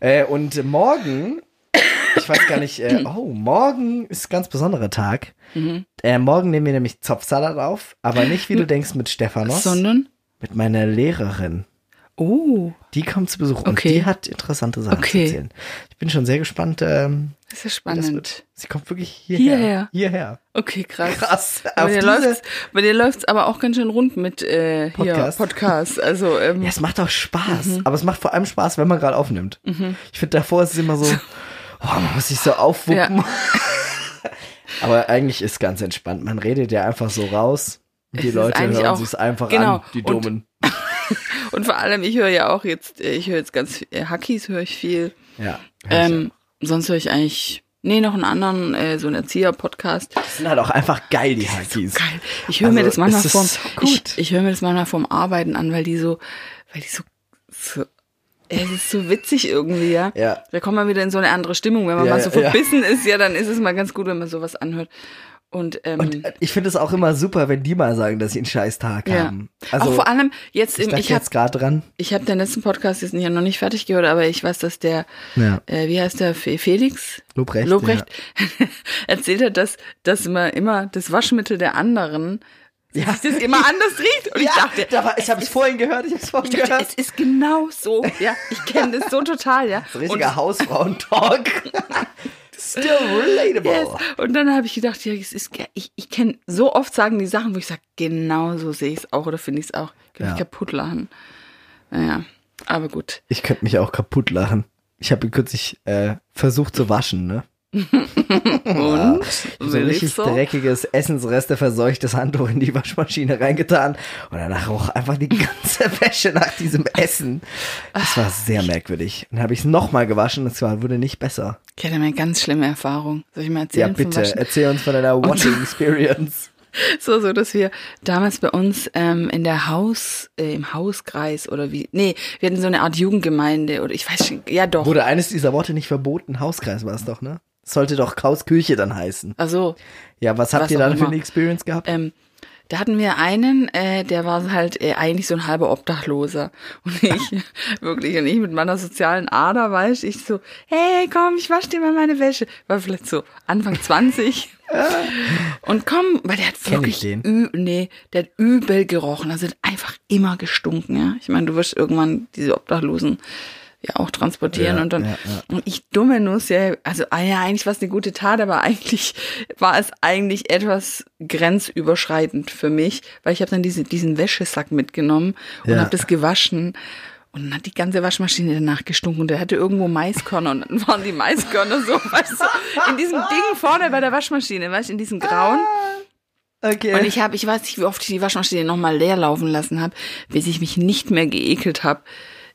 Speaker 1: Äh, und morgen, ich weiß gar nicht, äh, oh, morgen ist ein ganz besonderer Tag.
Speaker 2: Mhm.
Speaker 1: Äh, morgen nehmen wir nämlich Zopfsalat auf, aber nicht, wie du denkst, mit Stephanos,
Speaker 2: Sondern?
Speaker 1: mit meiner Lehrerin.
Speaker 2: Oh,
Speaker 1: Die kommt zu Besuch und
Speaker 2: Okay.
Speaker 1: die hat interessante Sachen zu
Speaker 2: Okay.
Speaker 1: erzählen. Ich bin schon sehr gespannt. Ähm,
Speaker 2: das ist ja
Speaker 1: wie das
Speaker 2: spannend.
Speaker 1: wird. Sie kommt wirklich hierher.
Speaker 2: Hierher.
Speaker 1: Hierher.
Speaker 2: Okay, krass.
Speaker 1: Krass. Auf
Speaker 2: Bei dir,
Speaker 1: diese-
Speaker 2: läuft's, bei dir läuft's aber auch ganz schön rund mit äh,
Speaker 1: Podcast.
Speaker 2: hier Podcast. Also ähm,
Speaker 1: Ja, es macht auch Spaß.
Speaker 2: Mhm.
Speaker 1: Aber es macht vor allem Spaß, wenn man gerade aufnimmt. Ich finde, davor ist es immer so, oh, man muss sich so aufwuppen. Aber eigentlich ist ganz entspannt. Man redet ja einfach so raus. Die
Speaker 2: Es ist
Speaker 1: Leute
Speaker 2: eigentlich
Speaker 1: hören
Speaker 2: auch-
Speaker 1: sich einfach
Speaker 2: genau.
Speaker 1: an, die
Speaker 2: Und-
Speaker 1: Dummen.
Speaker 2: und vor allem ich höre ja auch jetzt, äh, ich höre jetzt ganz viel, äh, Hackies höre ich viel.
Speaker 1: ja.
Speaker 2: Ähm, sonst höre ich eigentlich, nee, noch einen anderen, äh, so einen Erzieher-Podcast.
Speaker 1: das sind halt auch einfach geil, die Hackies.
Speaker 2: Geil. Ich höre mir
Speaker 1: Also,
Speaker 2: das manchmal
Speaker 1: es ist
Speaker 2: vorm,
Speaker 1: so gut.
Speaker 2: ich, ich höre mir das manchmal vorm Arbeiten an, weil die so, weil die so, so es ist so witzig irgendwie, ja.
Speaker 1: Ja.
Speaker 2: Da kommt man wieder in so eine andere Stimmung. Wenn man
Speaker 1: Ja,
Speaker 2: mal so
Speaker 1: ja, ja.
Speaker 2: verbissen ist, ja, dann ist es mal ganz gut, wenn man sowas anhört. Und, ähm,
Speaker 1: Und äh, ich finde es auch immer super, wenn die mal sagen, dass sie einen scheiß Tag
Speaker 2: ja.
Speaker 1: haben.
Speaker 2: Also,
Speaker 1: Also,
Speaker 2: auch vor allem jetzt
Speaker 1: ich
Speaker 2: im,
Speaker 1: dachte
Speaker 2: ich habe
Speaker 1: jetzt gerade dran.
Speaker 2: ich hab den letzten Podcast jetzt nicht, noch nicht fertig gehört, aber ich weiß, dass der,
Speaker 1: Ja.
Speaker 2: äh, wie heißt der, Fe- Felix?
Speaker 1: Lobrecht.
Speaker 2: Lobrecht erzählt hat, dass, dass man immer das Waschmittel der anderen
Speaker 1: Ja.
Speaker 2: dass das immer anders riecht. Und
Speaker 1: Ja,
Speaker 2: ich dachte,
Speaker 1: da war, ich habe es vorhin gehört, ich habe es vorhin
Speaker 2: ich dachte,
Speaker 1: gehört.
Speaker 2: es ist genau so. Ja, ich kenne das so total, ja.
Speaker 1: So richtiger Hausfrauentalk. Still relatable.
Speaker 2: und, yes. und dann habe ich gedacht, ja, es ist, ge- ich, ich kenne so oft sagen die Sachen, wo ich sage, genau so sehe ich es auch oder finde ich es auch. Ich kann
Speaker 1: Ja.
Speaker 2: mich kaputt lachen. Naja. Aber gut.
Speaker 1: Ich könnte mich auch kaputt lachen. Ich habe ihn kürzlich äh, versucht zu waschen, ne?
Speaker 2: Und?
Speaker 1: Ich hab so ein
Speaker 2: Will ich
Speaker 1: richtig
Speaker 2: so?
Speaker 1: dreckiges, essensreste verseuchtes Handtuch in die Waschmaschine reingetan und danach roch einfach die ganze Wäsche nach diesem Essen. Das war sehr merkwürdig. Dann habe ich es nochmal gewaschen, es war- wurde nicht besser.
Speaker 2: Ich hatte mal eine ganz schlimme Erfahrung. Soll ich mal
Speaker 1: Ja,
Speaker 2: erzählen? vom
Speaker 1: bitte,
Speaker 2: Waschen?
Speaker 1: erzähl uns von deiner Washing Experience.
Speaker 2: Es war so, dass wir damals bei uns ähm, in der Haus, äh, im Hauskreis oder wie, nee, wir hatten so eine Art Jugendgemeinde oder ich weiß schon, ja doch.
Speaker 1: Wurde eines dieser Worte nicht verboten? Hauskreis war es doch, ne? Sollte doch Hausküche dann heißen.
Speaker 2: Also,
Speaker 1: Ja, was habt
Speaker 2: Was
Speaker 1: ihr
Speaker 2: auch
Speaker 1: dann für
Speaker 2: immer.
Speaker 1: eine Experience gehabt?
Speaker 2: ähm, da hatten wir einen, äh, der war halt äh, eigentlich so ein halber Obdachloser. Und ich, wirklich, und ich mit meiner sozialen Ader, weißt du, ich so, hey, komm, ich wasche dir mal meine Wäsche. War vielleicht so Anfang 20. und komm, weil der hat
Speaker 1: Kenn
Speaker 2: wirklich
Speaker 1: ich den.
Speaker 2: Ü nee, der hat übel gerochen. Also der hat einfach immer gestunken, ja. Ich meine, du wirst irgendwann diese Obdachlosen ja auch transportieren
Speaker 1: Ja,
Speaker 2: und dann
Speaker 1: ja, ja.
Speaker 2: und ich dumme Nuss, ja, also ah ja, eigentlich war es eine gute Tat, aber eigentlich war es eigentlich etwas grenzüberschreitend für mich, weil ich habe dann diese, diesen Wäschesack mitgenommen und
Speaker 1: Ja.
Speaker 2: habe das gewaschen. Und dann hat die ganze Waschmaschine danach gestunken und der hatte irgendwo Maiskörner und dann waren die Maiskörner so, weißt du, in diesem Ding vorne bei der Waschmaschine, weißt du, in diesem Grauen.
Speaker 1: Okay.
Speaker 2: Und ich habe, ich weiß nicht, wie oft ich die Waschmaschine nochmal leer laufen lassen habe, bis ich mich nicht mehr geekelt habe,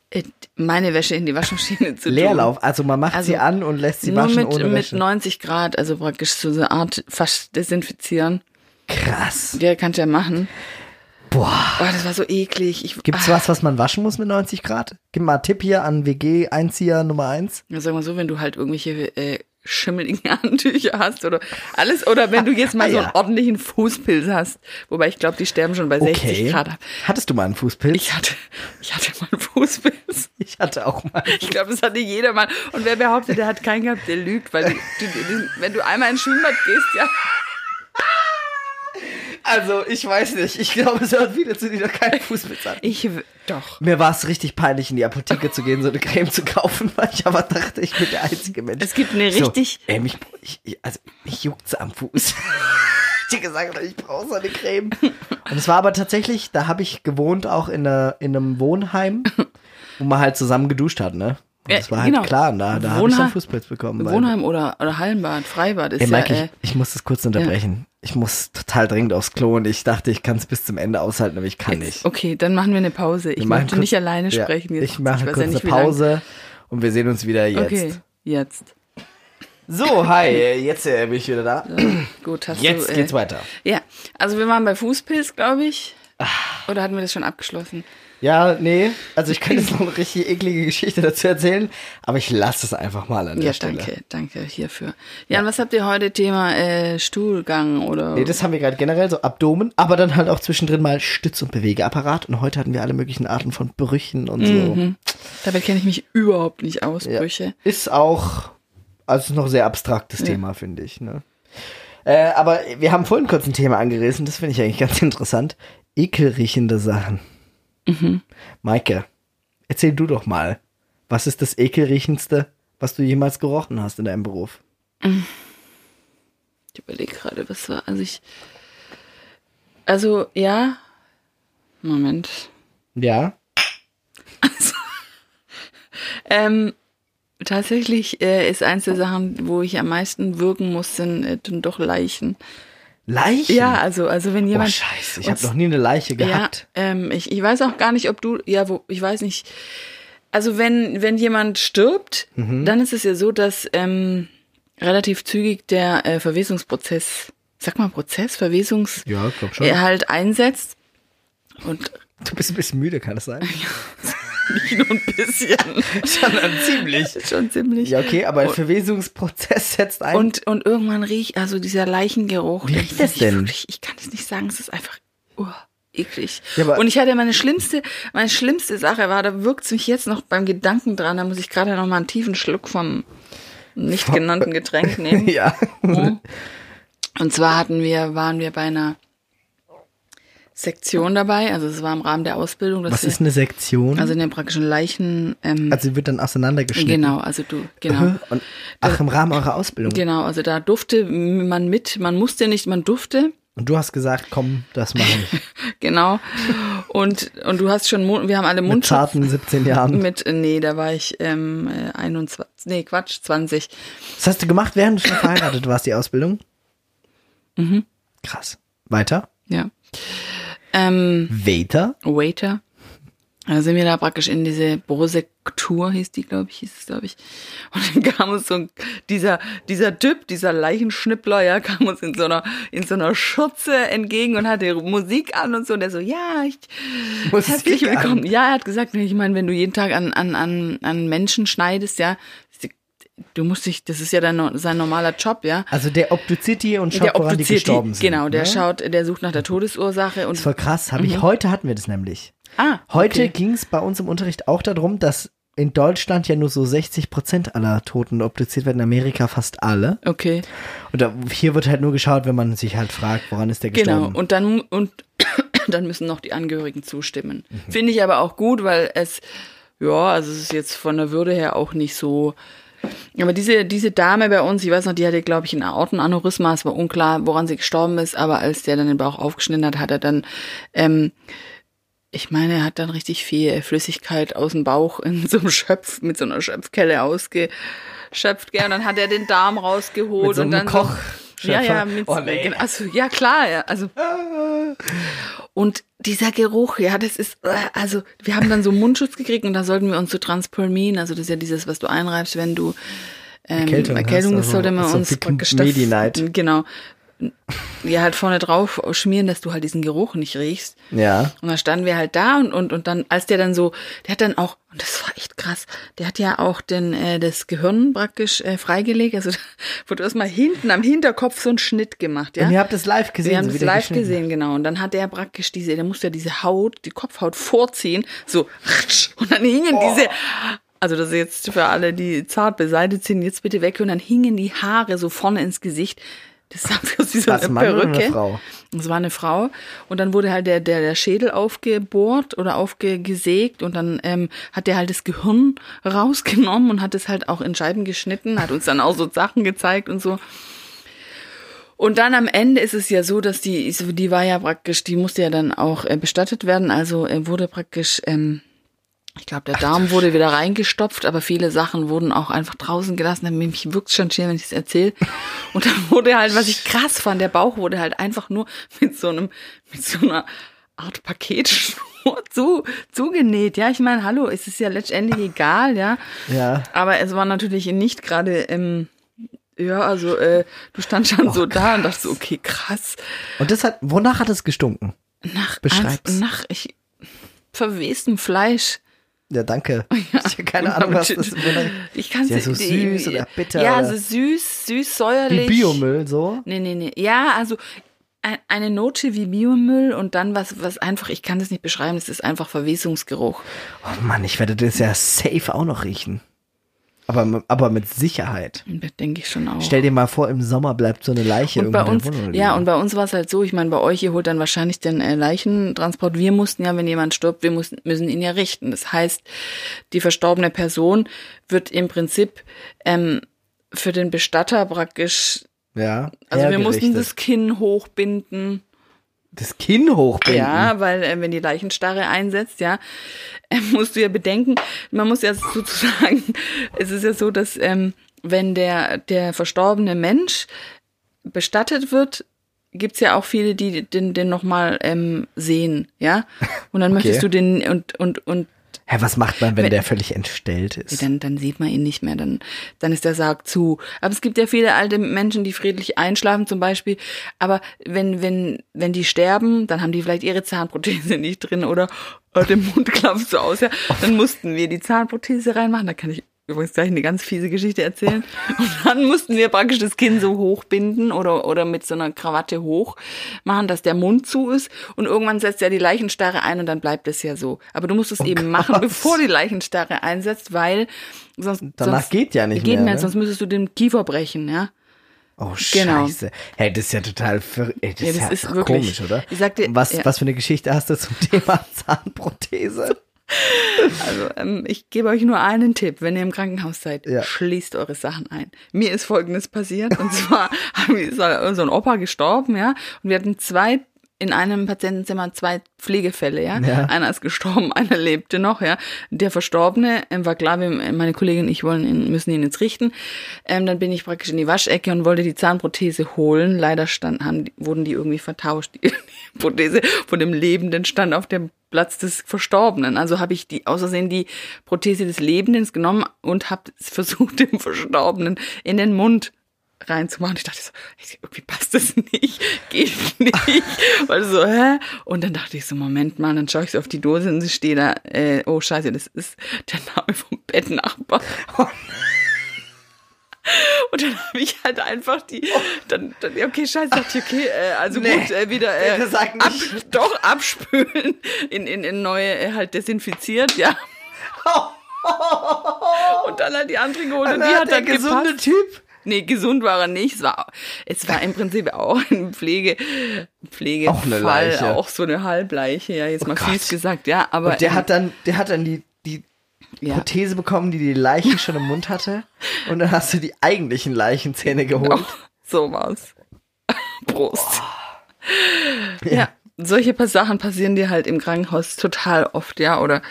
Speaker 2: äh, meine Wäsche in die Waschmaschine zu tun.
Speaker 1: Leerlauf, also man macht
Speaker 2: Also
Speaker 1: sie an und lässt sie
Speaker 2: Nur
Speaker 1: waschen
Speaker 2: mit,
Speaker 1: ohne
Speaker 2: mit
Speaker 1: Wäsche.
Speaker 2: 90 Grad, also praktisch so eine Art fast desinfizieren.
Speaker 1: Krass.
Speaker 2: Der kannst du ja machen.
Speaker 1: Boah.
Speaker 2: Oh, das war so eklig. Ich,
Speaker 1: Gibt's
Speaker 2: ah,
Speaker 1: was, was man waschen muss mit 90 Grad? Gib mal einen Tipp hier an WG-Einzieher Nummer 1.
Speaker 2: Sag mal so, wenn du halt irgendwelche äh, schimmeligen Handtücher hast oder alles, oder wenn du jetzt mal so einen
Speaker 1: Ja.
Speaker 2: ordentlichen Fußpilz hast. Wobei ich glaube, die sterben schon bei 60
Speaker 1: Okay.
Speaker 2: Grad ab.
Speaker 1: Hattest du mal einen Fußpilz?
Speaker 2: Ich hatte, ich hatte mal einen Fußpilz.
Speaker 1: Ich hatte auch mal.
Speaker 2: Ich glaube, das hatte jeder mal. Und wer behauptet, der hat keinen gehabt, der lügt, weil du, du, du, wenn du einmal ins Schwimmbad gehst, ja.
Speaker 1: Also, ich weiß nicht. Ich glaube, es hört viele zu, die noch keinen Fußpilz hatten.
Speaker 2: Ich, w- doch.
Speaker 1: Mir war es richtig peinlich, in die Apotheke zu gehen, so eine Creme zu kaufen, weil ich aber dachte, ich bin der einzige Mensch.
Speaker 2: Es gibt eine richtig-
Speaker 1: So, ey, mich, ich, ich- also, mich juckt's am Fuß. ich hab gesagt, ich brauche so eine Creme. Und es war aber tatsächlich, da habe ich gewohnt auch in, einer, in einem Wohnheim, wo man halt zusammen geduscht hat, ne? Und
Speaker 2: Ja,
Speaker 1: das war halt
Speaker 2: genau.
Speaker 1: klar, und da, da habe ich so
Speaker 2: Wohnheim-
Speaker 1: einen Fußpilz bekommen. weil-
Speaker 2: Wohnheim oder, oder Hallenbad, Freibad ist
Speaker 1: Ey,
Speaker 2: ja.
Speaker 1: Mike,
Speaker 2: äh,
Speaker 1: ich, ich muss das kurz unterbrechen. Ich muss total dringend aufs Klo und ich dachte, ich kann es bis zum Ende aushalten, aber ich kann nicht.
Speaker 2: Okay, dann machen wir eine Pause. Ich
Speaker 1: Wir machen
Speaker 2: möchte
Speaker 1: kurz-
Speaker 2: nicht alleine
Speaker 1: ja,
Speaker 2: sprechen. Jetzt.
Speaker 1: Ich mache
Speaker 2: weiß
Speaker 1: kurz
Speaker 2: ja nicht,
Speaker 1: eine
Speaker 2: wie lang-
Speaker 1: Pause und wir sehen uns wieder jetzt.
Speaker 2: Okay, jetzt.
Speaker 1: So, hi, äh, jetzt äh, bin ich wieder da.
Speaker 2: Gut, hast
Speaker 1: Jetzt
Speaker 2: du. äh,
Speaker 1: geht's weiter.
Speaker 2: Ja, also wir waren bei Fußpilz, glaube ich.
Speaker 1: Ah.
Speaker 2: Oder hatten wir das schon abgeschlossen?
Speaker 1: Ja, nee, also ich könnte jetzt noch eine richtig eklige Geschichte dazu erzählen, aber ich lasse es einfach mal an der
Speaker 2: Ja,
Speaker 1: Stelle.
Speaker 2: danke, danke hierfür. Ja, und was habt ihr heute Thema äh, Stuhlgang oder?
Speaker 1: Nee, das haben wir gerade generell so Abdomen, aber dann halt auch zwischendrin mal Stütz- und Bewegeapparat und heute hatten wir alle möglichen Arten von Brüchen und
Speaker 2: Mhm. Dabei kenne ich mich überhaupt nicht aus,
Speaker 1: so. Ja.
Speaker 2: Brüche.
Speaker 1: Ist auch, also ist noch ein sehr abstraktes Thema, finde ich. Ne? Äh, aber wir haben vorhin kurz ein Thema angerissen, das finde ich eigentlich ganz interessant. Ekelriechende Sachen.
Speaker 2: Mhm.
Speaker 1: Maike, erzähl du doch mal, was ist das ekelriechendste, was du jemals gerochen hast in deinem Beruf?
Speaker 2: Ich überlege gerade, was war. Also ich. Also ja. Moment.
Speaker 1: Ja?
Speaker 2: Ähm, tatsächlich äh, ist eins der Sachen, wo ich am meisten würgen muss, sind äh, dann doch Leichen.
Speaker 1: Leichen?
Speaker 2: Ja, also, also wenn
Speaker 1: Oh,
Speaker 2: jemand.
Speaker 1: Hm. scheiße, ich
Speaker 2: und-
Speaker 1: habe noch nie eine Leiche
Speaker 2: ja,
Speaker 1: gehabt.
Speaker 2: ähm, ich, ich weiß auch gar nicht, ob du, ja, wo, ich weiß nicht. Also wenn, wenn jemand stirbt,
Speaker 1: Mhm.
Speaker 2: dann ist es ja so, dass ähm, relativ zügig der äh, Verwesungsprozess, sag mal Prozess, Verwesungs,
Speaker 1: Ja, glaub
Speaker 2: äh, halt einsetzt. Und
Speaker 1: Du bist ein bisschen müde, kann das sein?
Speaker 2: nicht nur ein bisschen,
Speaker 1: Sondern ziemlich.
Speaker 2: schon ziemlich.
Speaker 1: Ja, okay, aber der Verwesungsprozess setzt ein.
Speaker 2: Und, und irgendwann riecht also dieser Leichengeruch.
Speaker 1: Wie
Speaker 2: der
Speaker 1: riecht das
Speaker 2: ich
Speaker 1: denn?
Speaker 2: Wirklich, ich kann es nicht sagen, es ist einfach uah, eklig.
Speaker 1: Ja, aber-
Speaker 2: und ich hatte meine schlimmste, meine schlimmste Sache war, da wirkt es mich jetzt noch beim Gedanken dran, da muss ich gerade noch mal einen tiefen Schluck vom nicht genannten Getränk nehmen.
Speaker 1: ja.
Speaker 2: Und zwar hatten wir, waren wir bei einer Sektion dabei, also es war im Rahmen der Ausbildung, dass
Speaker 1: Was
Speaker 2: wir,
Speaker 1: ist eine Sektion?
Speaker 2: also in den praktischen Leichen, ähm,
Speaker 1: Also sie wird dann auseinandergeschnitten.
Speaker 2: genau, also du, genau.
Speaker 1: Aha, Und, ach, im Rahmen eurer Ausbildung.
Speaker 2: Genau, also da durfte man mit, man musste nicht, man durfte.
Speaker 1: Und du hast gesagt, komm, das mache ich.
Speaker 2: Genau. Und, und du hast schon, Mund, wir haben alle
Speaker 1: Mit
Speaker 2: Mundschutz.
Speaker 1: zarten
Speaker 2: Mhm.
Speaker 1: 17 Jahren.
Speaker 2: Mit, äh, nee, da war ich ähm, äh, 21, nee, Quatsch, 20.
Speaker 1: Das hast du gemacht, während du schon verheiratet warst, die Ausbildung? Mhm.
Speaker 2: Mhm.
Speaker 1: Krass. Weiter?
Speaker 2: Ja. Ähm,
Speaker 1: Weiter?
Speaker 2: Waiter. Da sind wir da praktisch in diese Bosektur, hieß die, glaube ich, hieß es, glaube ich. Und dann kam uns so ein, dieser, dieser Typ, dieser Leichenschnippler, ja, kam uns in so einer, in so einer Schürze entgegen und hatte Musik an und so. Und der so, ja, ich,
Speaker 1: Musik
Speaker 2: herzlich
Speaker 1: an.
Speaker 2: willkommen. Ja, er hat gesagt, nee, ich meine, wenn du jeden Tag an, an, an, an Menschen schneidest, ja, du musst dich, das ist ja dein, sein normaler Job, ja.
Speaker 1: Also der obduziert die und schaut, woran die
Speaker 2: obduziert
Speaker 1: gestorben sind.
Speaker 2: Genau, der
Speaker 1: ne?
Speaker 2: schaut, der sucht nach der Todesursache und
Speaker 1: Das ist voll krass. Hab ich, heute hatten wir das nämlich.
Speaker 2: Ah,
Speaker 1: Heute
Speaker 2: okay.
Speaker 1: ging es bei uns im Unterricht auch darum, dass in Deutschland ja nur so 60 Prozent aller Toten obduziert werden, in Amerika fast alle.
Speaker 2: Okay.
Speaker 1: Und da, hier wird halt nur geschaut, wenn man sich halt fragt, woran ist der gestorben.
Speaker 2: Genau, und dann, und dann müssen noch die Angehörigen zustimmen. Finde ich aber auch gut, weil es, ja, also es ist jetzt von der Würde her auch nicht so. Aber diese, diese Dame bei uns, ich weiß noch, die hatte, glaube ich, ein Aortenaneurysma, es war unklar, woran sie gestorben ist, aber als der dann den Bauch aufgeschnitten hat, hat er dann, ähm, ich meine, er hat dann richtig viel Flüssigkeit aus dem Bauch in so einem Schöpf, mit so einer Schöpfkelle ausgeschöpft, gell, und dann hat er den Darm rausgeholt
Speaker 1: Mit so
Speaker 2: und
Speaker 1: einem
Speaker 2: dann
Speaker 1: Koch.
Speaker 2: so, ja, ja, mit,
Speaker 1: oh, nee. Ah.
Speaker 2: also, ja klar, ja, also und dieser Geruch, ja, das ist, äh, also wir haben dann so Mundschutz gekriegt und da sollten wir uns so Transpulmin, also das ist ja dieses, was du einreibst, wenn du ähm,
Speaker 1: Erkältung
Speaker 2: Erkältung,
Speaker 1: hast,
Speaker 2: ist,
Speaker 1: also
Speaker 2: sollte man
Speaker 1: so wie
Speaker 2: uns praktisch das-
Speaker 1: Medi-Night.
Speaker 2: genau, ja halt vorne drauf schmieren, dass du halt diesen Geruch nicht riechst.
Speaker 1: Ja.
Speaker 2: Und dann standen wir halt da und, und, und dann, als der dann so, der hat dann auch, und das war echt krass, der hat ja auch den, äh, das Gehirn praktisch äh, freigelegt, also da wurde erstmal hinten am Hinterkopf so ein Schnitt gemacht, ja.
Speaker 1: Und ihr habt es live gesehen.
Speaker 2: Wir haben
Speaker 1: so wie
Speaker 2: es
Speaker 1: der
Speaker 2: live
Speaker 1: geschnitten
Speaker 2: gesehen, genau. Und dann hat er praktisch diese, der musste ja diese Haut, die Kopfhaut vorziehen, so ratsch, und dann hingen diese, also das ist jetzt für alle, die zart beseitigt sind, jetzt bitte weg. Und dann hingen die Haare so vorne ins Gesicht. Das sah aus wie so
Speaker 1: War's
Speaker 2: eine
Speaker 1: ein Mann oder eine
Speaker 2: Perücke.
Speaker 1: Frau?
Speaker 2: Es war eine Frau. Und dann wurde halt der, der, der Schädel aufgebohrt oder aufgesägt und dann ähm, hat der halt das Gehirn rausgenommen und hat es halt auch in Scheiben geschnitten, hat uns dann auch so Sachen gezeigt und so. Und dann am Ende ist es ja so, dass die, die war ja praktisch, die musste ja dann auch äh, bestattet werden, also äh, wurde praktisch, ähm, ich glaube, der Darm wurde wieder reingestopft, aber viele Sachen wurden auch einfach draußen gelassen. Mich wirkt schon schön, wenn ich es erzähle. Und dann wurde halt, was ich krass fand, der Bauch wurde halt einfach nur mit so einem, mit so einer Art Paketschnur zu, zugenäht. Ja, ich meine, hallo, es ist ja letztendlich egal, ja.
Speaker 1: Ja.
Speaker 2: Aber es war natürlich nicht gerade, ähm, ja, also äh, du standst schon so da und dachtest, so, okay, krass.
Speaker 1: Und das hat, wonach hat es gestunken?
Speaker 2: Nach,
Speaker 1: Beschreib's.
Speaker 2: Einf- nach ich, verwestem Fleisch.
Speaker 1: Ja, danke. Ich habe keine Ahnung, was das wonach-
Speaker 2: Ich kann
Speaker 1: Ist ja so süß oder bitter
Speaker 2: Ja,
Speaker 1: oder-
Speaker 2: so süß, süß, säuerlich.
Speaker 1: Wie Biomüll, so.
Speaker 2: Nee, nee, nee. Ja, also ein- eine Note wie Biomüll und dann was, was einfach, ich kann das nicht beschreiben, es ist einfach Verwesungsgeruch.
Speaker 1: Oh Mann, ich werde das ja safe auch noch riechen. Aber, aber mit Sicherheit.
Speaker 2: Und Das denke ich schon auch.
Speaker 1: Stell dir mal vor, im Sommer bleibt so eine Leiche
Speaker 2: und bei
Speaker 1: irgendwo in
Speaker 2: uns,
Speaker 1: der Wohnung liegen.
Speaker 2: ja, und bei uns war es halt so, ich meine, bei euch, ihr holt dann wahrscheinlich den äh, Leichentransport. Wir mussten ja, wenn jemand stirbt, wir mussten, müssen ihn ja richten. Das heißt, die verstorbene Person wird im Prinzip ähm, für den Bestatter praktisch,
Speaker 1: ja,
Speaker 2: also wir mussten
Speaker 1: hergerichtet.
Speaker 2: das Kinn hochbinden.
Speaker 1: das Kinn hochbinden.
Speaker 2: Ja, weil äh, wenn die Leichenstarre einsetzt, ja, äh, musst du ja bedenken, man muss ja sozusagen, es ist ja so, dass ähm, wenn der, der verstorbene Mensch bestattet wird, gibt's ja auch viele, die den, den nochmal ähm, sehen, ja. Und dann möchtest
Speaker 1: Okay.
Speaker 2: du den und, und, und
Speaker 1: Hä, was macht man, wenn,
Speaker 2: Wenn-
Speaker 1: der völlig entstellt
Speaker 2: Nee,
Speaker 1: ist?
Speaker 2: dann, dann sieht man ihn nicht mehr, dann, dann ist der Sarg zu. Aber es gibt ja viele alte Menschen, die friedlich einschlafen zum Beispiel. Aber wenn, wenn, wenn die sterben, dann haben die vielleicht ihre Zahnprothese nicht drin oder äh, der Mund klappt so aus. Ja. Dann mussten wir die Zahnprothese reinmachen. Da kann ich übrigens gleich eine ganz fiese Geschichte erzählen. Und dann mussten wir praktisch das Kinn so hochbinden oder, oder mit so einer Krawatte hoch machen, dass der Mund zu ist. Und irgendwann setzt ja die Leichenstarre ein und dann bleibt es ja so. Aber du musst es eben machen,
Speaker 1: Gott.
Speaker 2: bevor die Leichenstarre einsetzt, weil sonst
Speaker 1: Danach
Speaker 2: sonst,
Speaker 1: geht ja nicht
Speaker 2: geht
Speaker 1: mehr, ne?
Speaker 2: sonst müsstest du den Kiefer brechen, ja.
Speaker 1: Oh,
Speaker 2: Genau.
Speaker 1: scheiße. Hey, das ist ja total ver ey, das
Speaker 2: Ja,
Speaker 1: ist
Speaker 2: das
Speaker 1: ja
Speaker 2: ist wirklich-
Speaker 1: komisch, oder?
Speaker 2: Ich sag dir-
Speaker 1: was,
Speaker 2: ja.
Speaker 1: was für eine Geschichte hast du zum Thema Zahnprothese?
Speaker 2: Also, ähm, ich gebe euch nur einen Tipp, wenn ihr im Krankenhaus seid,
Speaker 1: Ja.
Speaker 2: schließt eure Sachen ein. Mir ist folgendes passiert, und zwar haben wir- ist halt so ein Opa gestorben, ja, und wir hatten zwei in einem Patientenzimmer zwei Pflegefälle, ja?
Speaker 1: Ja.
Speaker 2: Einer ist gestorben, einer lebte noch, ja. Der Verstorbene ähm, war klar, wir, meine Kollegin und ich wollen ihn, müssen ihn jetzt richten. Ähm, dann bin ich praktisch in die Waschecke und wollte die Zahnprothese holen. Leider stand, haben, die- wurden die irgendwie vertauscht. Die Prothese von dem Lebenden stand auf dem Platz des Verstorbenen. Also habe ich die außersehen die Prothese des Lebenden genommen und habe versucht, dem Verstorbenen in den Mund reinzumachen. Ich dachte so, ey, irgendwie passt das nicht, geht nicht. Weil so, hä? Und dann dachte ich so, Moment mal, dann schaue ich so auf die Dose und sie steht da, äh, oh scheiße, das ist der Name vom Bettnachbar. Und dann habe ich halt einfach die, dann, dann okay, scheiße, dachte ich, okay, äh, also
Speaker 1: Nee,
Speaker 2: gut, äh, wieder äh,
Speaker 1: bitte sag nicht.
Speaker 2: ab, doch abspülen, in, in, in neue, äh, halt desinfiziert, ja. Und dann halt die andere geholt und die hat
Speaker 1: der
Speaker 2: dann
Speaker 1: gesunde
Speaker 2: gepasst.
Speaker 1: Typ.
Speaker 2: Nee, gesund war er nicht. Es war, es war im Prinzip auch ein Pflege, Pflegefall,
Speaker 1: Auch eine Leiche. Oh
Speaker 2: auch so eine Halbleiche, ja, jetzt mal
Speaker 1: Gott.
Speaker 2: fies gesagt, ja, aber.
Speaker 1: Und der hat dann, der hat dann die, die
Speaker 2: ja.
Speaker 1: Prothese bekommen, die die Leiche schon im Mund hatte. Und dann hast du die eigentlichen Leichenzähne geholt.
Speaker 2: Auch so war's. Prost.
Speaker 1: Oh.
Speaker 2: Ja. solche paar Sachen passieren dir halt im Krankenhaus total oft, ja, oder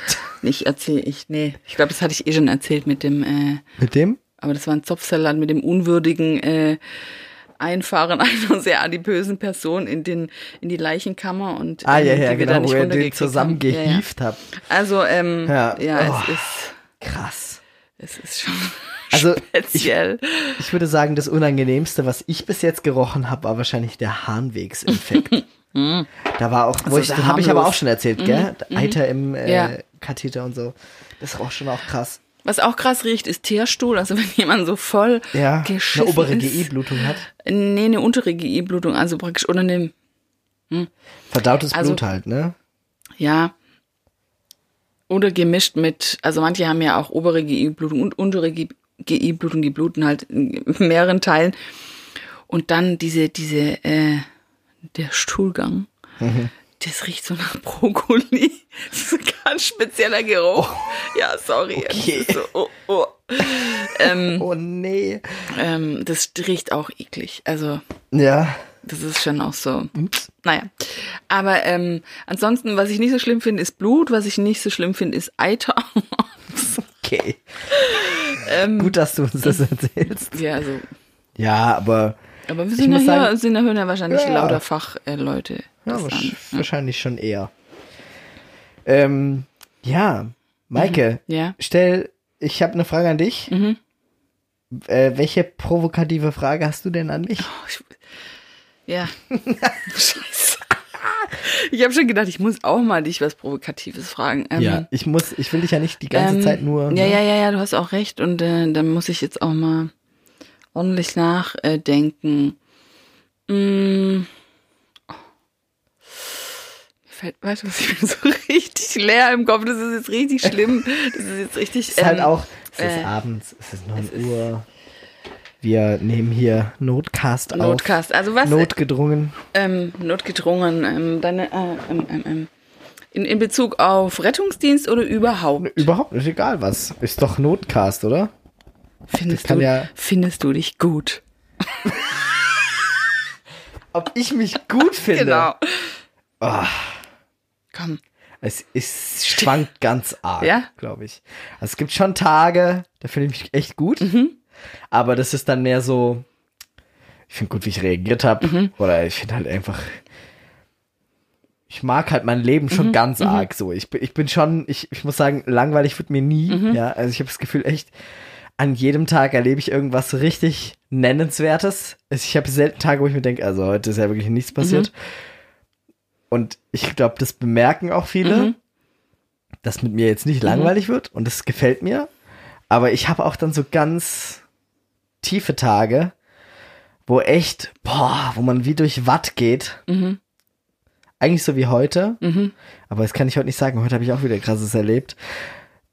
Speaker 2: nicht erzähle ich, nee, ich glaube, das hatte ich eh schon erzählt mit dem, äh,
Speaker 1: Mit dem?
Speaker 2: aber das war ein Zopfsalat mit dem unwürdigen äh, Einfahren einer sehr adipösen Person in den in die Leichenkammer und
Speaker 1: Ah,
Speaker 2: ähm,
Speaker 1: ja,
Speaker 2: die
Speaker 1: ja,
Speaker 2: wir da
Speaker 1: genau,
Speaker 2: nicht
Speaker 1: wo ihr den
Speaker 2: runtergekriegt haben. Ja, ja.
Speaker 1: zusammengehieft habt.
Speaker 2: Also ähm,
Speaker 1: Ja.
Speaker 2: ja,
Speaker 1: Oh.
Speaker 2: es ist
Speaker 1: Krass.
Speaker 2: es ist schon
Speaker 1: Also,
Speaker 2: speziell.
Speaker 1: Ich würde sagen, das Unangenehmste, was ich bis jetzt gerochen habe, war wahrscheinlich der Harnwegsinfekt. da war auch, wo
Speaker 2: Also
Speaker 1: ich,
Speaker 2: sehr
Speaker 1: das habe ich aber
Speaker 2: harmlos. Mhm.
Speaker 1: auch schon erzählt, gell? Eiter im äh,
Speaker 2: Ja.
Speaker 1: Katheter und so. Das roch schon auch krass.
Speaker 2: Was auch krass riecht, ist Teerstuhl. Also wenn jemand so voll
Speaker 1: Ja,
Speaker 2: geschissen
Speaker 1: eine obere
Speaker 2: ist.
Speaker 1: GI-Blutung hat.
Speaker 2: Nee, eine untere GI-Blutung, also praktisch oder eine,
Speaker 1: Verdautes
Speaker 2: Also-
Speaker 1: Blut halt, ne?
Speaker 2: ja. Oder gemischt mit, also manche haben ja auch obere GI-Blutung und untere GI-Blutung, die bluten halt in mehreren Teilen. Und dann diese, diese, äh, der Stuhlgang. Das riecht so nach Brokkoli. Das ist ein ganz spezieller Geruch. Ja, sorry. Das
Speaker 1: Okay.
Speaker 2: ist So, oh, oh. ähm,
Speaker 1: Oh nee.
Speaker 2: ähm, das riecht auch eklig. Also,
Speaker 1: Ja.
Speaker 2: Das ist schon auch so. Naja. Aber ähm, ansonsten, was ich nicht so schlimm finde, ist Blut. Was ich nicht so schlimm finde, ist Eiter.
Speaker 1: Okay.
Speaker 2: Ähm.
Speaker 1: Gut, dass du uns das erzählst.
Speaker 2: ja, also.
Speaker 1: Ja, aber
Speaker 2: Aber wir
Speaker 1: Ich
Speaker 2: sind ja,
Speaker 1: muss
Speaker 2: hier,
Speaker 1: sagen-
Speaker 2: sind ja hier wahrscheinlich
Speaker 1: Ja.
Speaker 2: lauter Fachleute. Äh,
Speaker 1: ja,
Speaker 2: das
Speaker 1: wahrsch-
Speaker 2: an.
Speaker 1: wahrscheinlich schon eher. Ähm, ja, Maike,
Speaker 2: Ja. Mhm.
Speaker 1: stell, ich habe eine Frage an dich. Äh, welche provokative Frage hast du denn an mich?
Speaker 2: Oh, ich, ja. Scheiße. Ich habe schon gedacht, ich muss auch mal dich was Provokatives fragen. Ähm,
Speaker 1: Ich muss, ich will dich ja nicht die ganze
Speaker 2: ähm,
Speaker 1: Zeit nur.
Speaker 2: Ja,
Speaker 1: ne?
Speaker 2: ja, ja, ja, du hast auch recht. Und äh, dann muss ich jetzt auch mal ordentlich nachdenken. Mm. Oh. Mir fällt, weißt du, was ich bin so richtig leer im Kopf. Das ist jetzt richtig schlimm. Das ist jetzt richtig.
Speaker 1: Es ist halt
Speaker 2: ähm,
Speaker 1: auch, es ist
Speaker 2: äh,
Speaker 1: abends, es ist 9 Uhr. Wir nehmen hier Notcast auf.
Speaker 2: Notcast. Also was?
Speaker 1: Notgedrungen.
Speaker 2: ähm, notgedrungen. Ähm, deine, äh, ähm, ähm, ähm, in, in Bezug auf Rettungsdienst oder überhaupt?
Speaker 1: Überhaupt nicht egal was. Ist doch Notcast, oder?
Speaker 2: Findest
Speaker 1: kann
Speaker 2: du,
Speaker 1: ja-
Speaker 2: findest du dich gut?
Speaker 1: Ob ich mich gut finde.
Speaker 2: Genau.
Speaker 1: Ah.
Speaker 2: Komm.
Speaker 1: Es, es schwankt ganz arg,
Speaker 2: Ja?
Speaker 1: glaube ich. Also es gibt schon Tage, da fühle ich mich echt gut. Aber das ist dann mehr so, ich finde gut, wie ich reagiert habe. Oder ich finde halt einfach, ich mag halt mein Leben schon ganz arg so. Ich, bin- ich bin schon, ich, ich muss sagen, langweilig wird mir nie. Ja, also ich habe das Gefühl echt, an jedem Tag erlebe ich irgendwas richtig Nennenswertes. Also Ich habe selten Tage, wo ich mir denke, also heute ist ja wirklich nichts passiert. Und ich glaube, das bemerken auch viele, dass mit mir jetzt nicht langweilig wird und das gefällt mir. Aber ich habe auch dann so ganz tiefe Tage, wo echt, boah, wo man wie durch Watt geht. Eigentlich so wie heute. Aber das kann ich heute nicht sagen. Heute habe ich auch wieder krasses erlebt.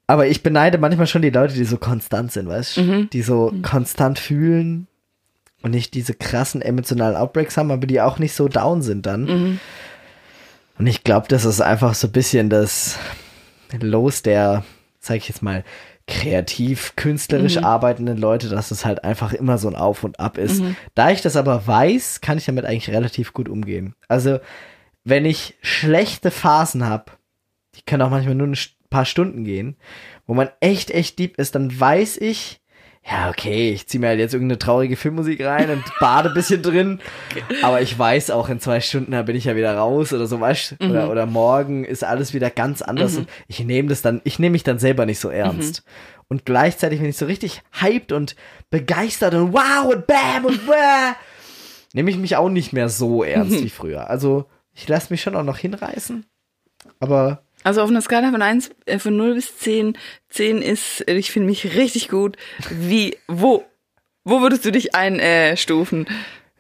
Speaker 1: Aber ich beneide manchmal schon die Leute, die so konstant sind, weißt du? Die so konstant fühlen und nicht diese krassen emotionalen Outbreaks haben, aber die auch nicht so down sind dann. Und ich glaube, das ist einfach so ein bisschen das Los der, sag ich jetzt mal, kreativ, künstlerisch arbeitenden Leute, dass es halt einfach immer so ein Auf und Ab ist. Da ich das aber weiß, kann ich damit eigentlich relativ gut umgehen. Also, wenn ich schlechte Phasen habe, die können auch manchmal nur ein st- paar Stunden gehen, wo man echt, echt deep ist, dann weiß ich, ja, okay, ich ziehe mir halt jetzt irgendeine traurige Filmmusik rein und bade ein bisschen drin. Aber ich weiß auch, in zwei Stunden da bin ich ja wieder raus oder so, weißt du? Oder, oder morgen ist alles wieder ganz anders. Und ich nehme das dann, ich nehme mich dann selber nicht so ernst. Und gleichzeitig, wenn ich so richtig hyped und begeistert und wow und bam und bäh, nehme ich mich auch nicht mehr so ernst wie früher. Also ich lasse mich schon auch noch hinreißen. Aber
Speaker 2: Also auf einer Skala von 1, äh, von 0 bis 10, 10 ist, äh, ich finde mich richtig gut. Wie, wo, wo würdest du dich einstufen?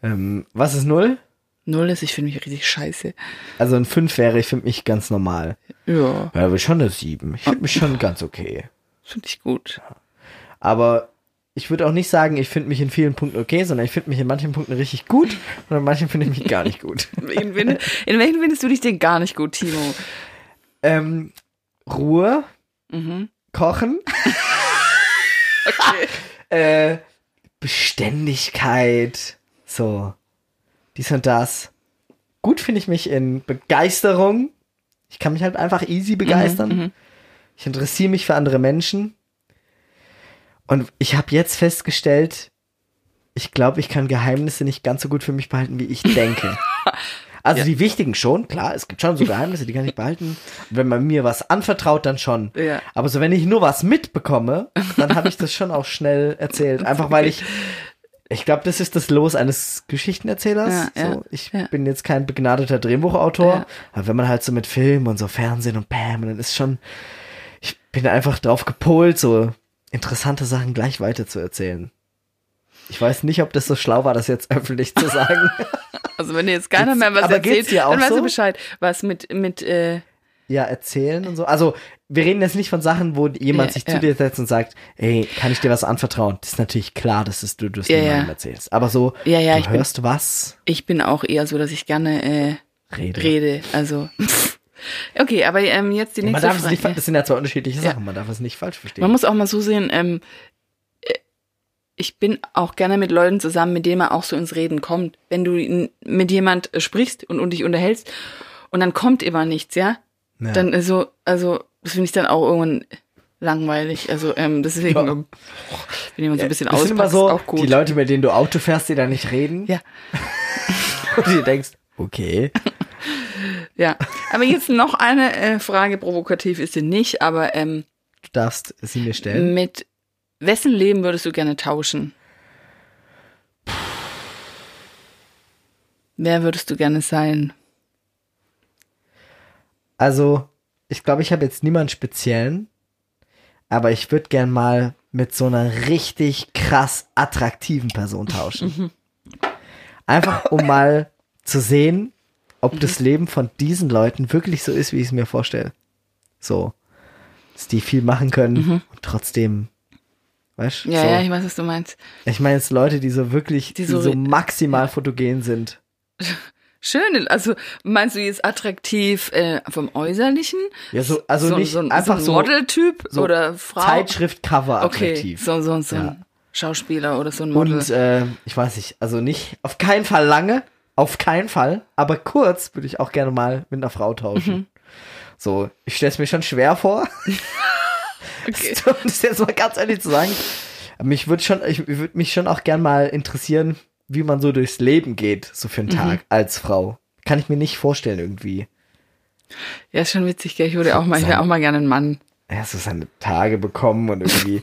Speaker 1: ähm, was ist null?
Speaker 2: 0 ist, ich finde mich richtig scheiße.
Speaker 1: Also ein 5 wäre, ich finde mich ganz normal.
Speaker 2: Ja,
Speaker 1: Ja, aber schon eine 7. Ich finde mich schon ganz okay.
Speaker 2: finde ich gut.
Speaker 1: Aber ich würde auch nicht sagen, ich finde mich in vielen Punkten okay, sondern ich finde mich in manchen Punkten richtig gut und in manchen finde ich mich gar nicht gut.
Speaker 2: In, wen- in welchen findest du dich denn gar nicht gut, Timo?
Speaker 1: Ähm, Ruhe, Kochen,
Speaker 2: Okay.
Speaker 1: äh, Beständigkeit, so, dies und das. Gut finde ich mich in Begeisterung. Ich kann mich halt einfach easy begeistern. Ich interessiere mich für andere Menschen. Und ich habe jetzt festgestellt, ich glaube, ich kann Geheimnisse nicht ganz so gut für mich behalten, wie ich denke. Also die wichtigen schon, klar, es gibt schon so Geheimnisse, die kann ich behalten. Und wenn man mir was anvertraut, dann schon.
Speaker 2: Ja.
Speaker 1: Aber so wenn ich nur was mitbekomme, dann habe ich das schon auch schnell erzählt. Einfach weil ich, ich glaube, das ist das Los eines Geschichtenerzählers.
Speaker 2: Ja, ja,
Speaker 1: so, ich
Speaker 2: ja.
Speaker 1: bin jetzt kein begnadeter Drehbuchautor,
Speaker 2: Ja.
Speaker 1: aber wenn man halt so mit Film und so Fernsehen und Bam, dann ist schon, ich bin einfach drauf gepolt, so interessante Sachen gleich weiter zu erzählen. Ich weiß nicht, ob das so schlau war, das jetzt öffentlich zu sagen.
Speaker 2: Also wenn dir jetzt keiner
Speaker 1: Geht's-
Speaker 2: mehr was
Speaker 1: aber geht's
Speaker 2: erzählt,
Speaker 1: dir auch
Speaker 2: dann weißt
Speaker 1: so?
Speaker 2: du Bescheid, was mit, mit äh,
Speaker 1: ja, erzählen und so. Also, wir reden jetzt nicht von Sachen, wo jemand
Speaker 2: Ja,
Speaker 1: sich
Speaker 2: ja.
Speaker 1: zu dir setzt und sagt, ey, kann ich dir was anvertrauen? Das ist natürlich klar, dass es du das
Speaker 2: Ja,
Speaker 1: niemandem
Speaker 2: ja.
Speaker 1: erzählst. Aber so,
Speaker 2: Ja, ja, ich
Speaker 1: du
Speaker 2: bin-
Speaker 1: hörst was,
Speaker 2: ich bin auch eher so, dass ich gerne äh,
Speaker 1: rede.
Speaker 2: rede. Also okay, aber ähm, jetzt die
Speaker 1: Man
Speaker 2: nächste
Speaker 1: darf es nicht, fa-
Speaker 2: Frage.
Speaker 1: das sind ja zwei unterschiedliche
Speaker 2: Ja.
Speaker 1: Sachen, man darf es nicht falsch verstehen.
Speaker 2: Man muss auch mal so sehen. Ähm, äh, ich bin auch gerne mit Leuten zusammen, mit denen man auch so ins Reden kommt. Wenn du n- mit jemand äh, sprichst und, und dich unterhältst und dann kommt immer nichts, ja,
Speaker 1: Ja.
Speaker 2: dann äh, so, also das finde ich dann auch irgendwann langweilig. Also ähm, deswegen,
Speaker 1: Ja.
Speaker 2: ähm, wenn jemand so ein bisschen
Speaker 1: das sind immer
Speaker 2: auspackt,
Speaker 1: so,
Speaker 2: ist auch gut.
Speaker 1: die Leute, mit denen du Auto fährst, die da nicht reden.
Speaker 2: Ja.
Speaker 1: Und du denkst, okay.
Speaker 2: Ja, aber jetzt noch eine äh, Frage, provokativ ist sie nicht, aber ähm,
Speaker 1: Du darfst sie mir stellen.
Speaker 2: mit wessen Leben würdest du gerne tauschen? Wer würdest du gerne sein?
Speaker 1: Also, ich glaube, ich habe jetzt niemanden speziellen, aber ich würde gern mal mit so einer richtig krass attraktiven Person
Speaker 2: Mhm.
Speaker 1: tauschen. Einfach um mal zu sehen, ob
Speaker 2: Mhm.
Speaker 1: das Leben von diesen Leuten wirklich so ist, wie ich es mir vorstelle. So, dass die viel machen können und trotzdem, weißt du?
Speaker 2: Mhm. Ja,
Speaker 1: so.
Speaker 2: ja, ich weiß, was du meinst.
Speaker 1: Ich meine jetzt Leute, die so wirklich, die
Speaker 2: Die
Speaker 1: so,
Speaker 2: so-
Speaker 1: maximal fotogen sind.
Speaker 2: Schön, also meinst du jetzt attraktiv äh, vom Äußerlichen?
Speaker 1: Ja, so, also
Speaker 2: so,
Speaker 1: nicht
Speaker 2: so, ein-
Speaker 1: einfach
Speaker 2: so
Speaker 1: so,
Speaker 2: ein Modeltyp
Speaker 1: so
Speaker 2: oder Frau?
Speaker 1: Zeitschrift-Cover
Speaker 2: okay,
Speaker 1: attraktiv.
Speaker 2: so, so, so
Speaker 1: Ja.
Speaker 2: ein Schauspieler oder so ein Model.
Speaker 1: Und äh, ich weiß nicht, also nicht, auf keinen Fall lange, auf keinen Fall, aber kurz würde ich auch gerne mal mit einer Frau tauschen.
Speaker 2: Mhm.
Speaker 1: So, ich stelle es mir schon schwer vor,
Speaker 2: okay.
Speaker 1: um das jetzt mal ganz ehrlich zu sagen. Mich würde schon, ich würde mich schon auch gerne mal interessieren, wie man so durchs Leben geht, so für einen
Speaker 2: Mhm.
Speaker 1: Tag als Frau. Kann ich mir nicht vorstellen irgendwie.
Speaker 2: Ja, ist schon witzig, gell? Ich würde auch mal, ich wäre auch mal gerne ein Mann.
Speaker 1: er hat so seine Tage bekommen und irgendwie,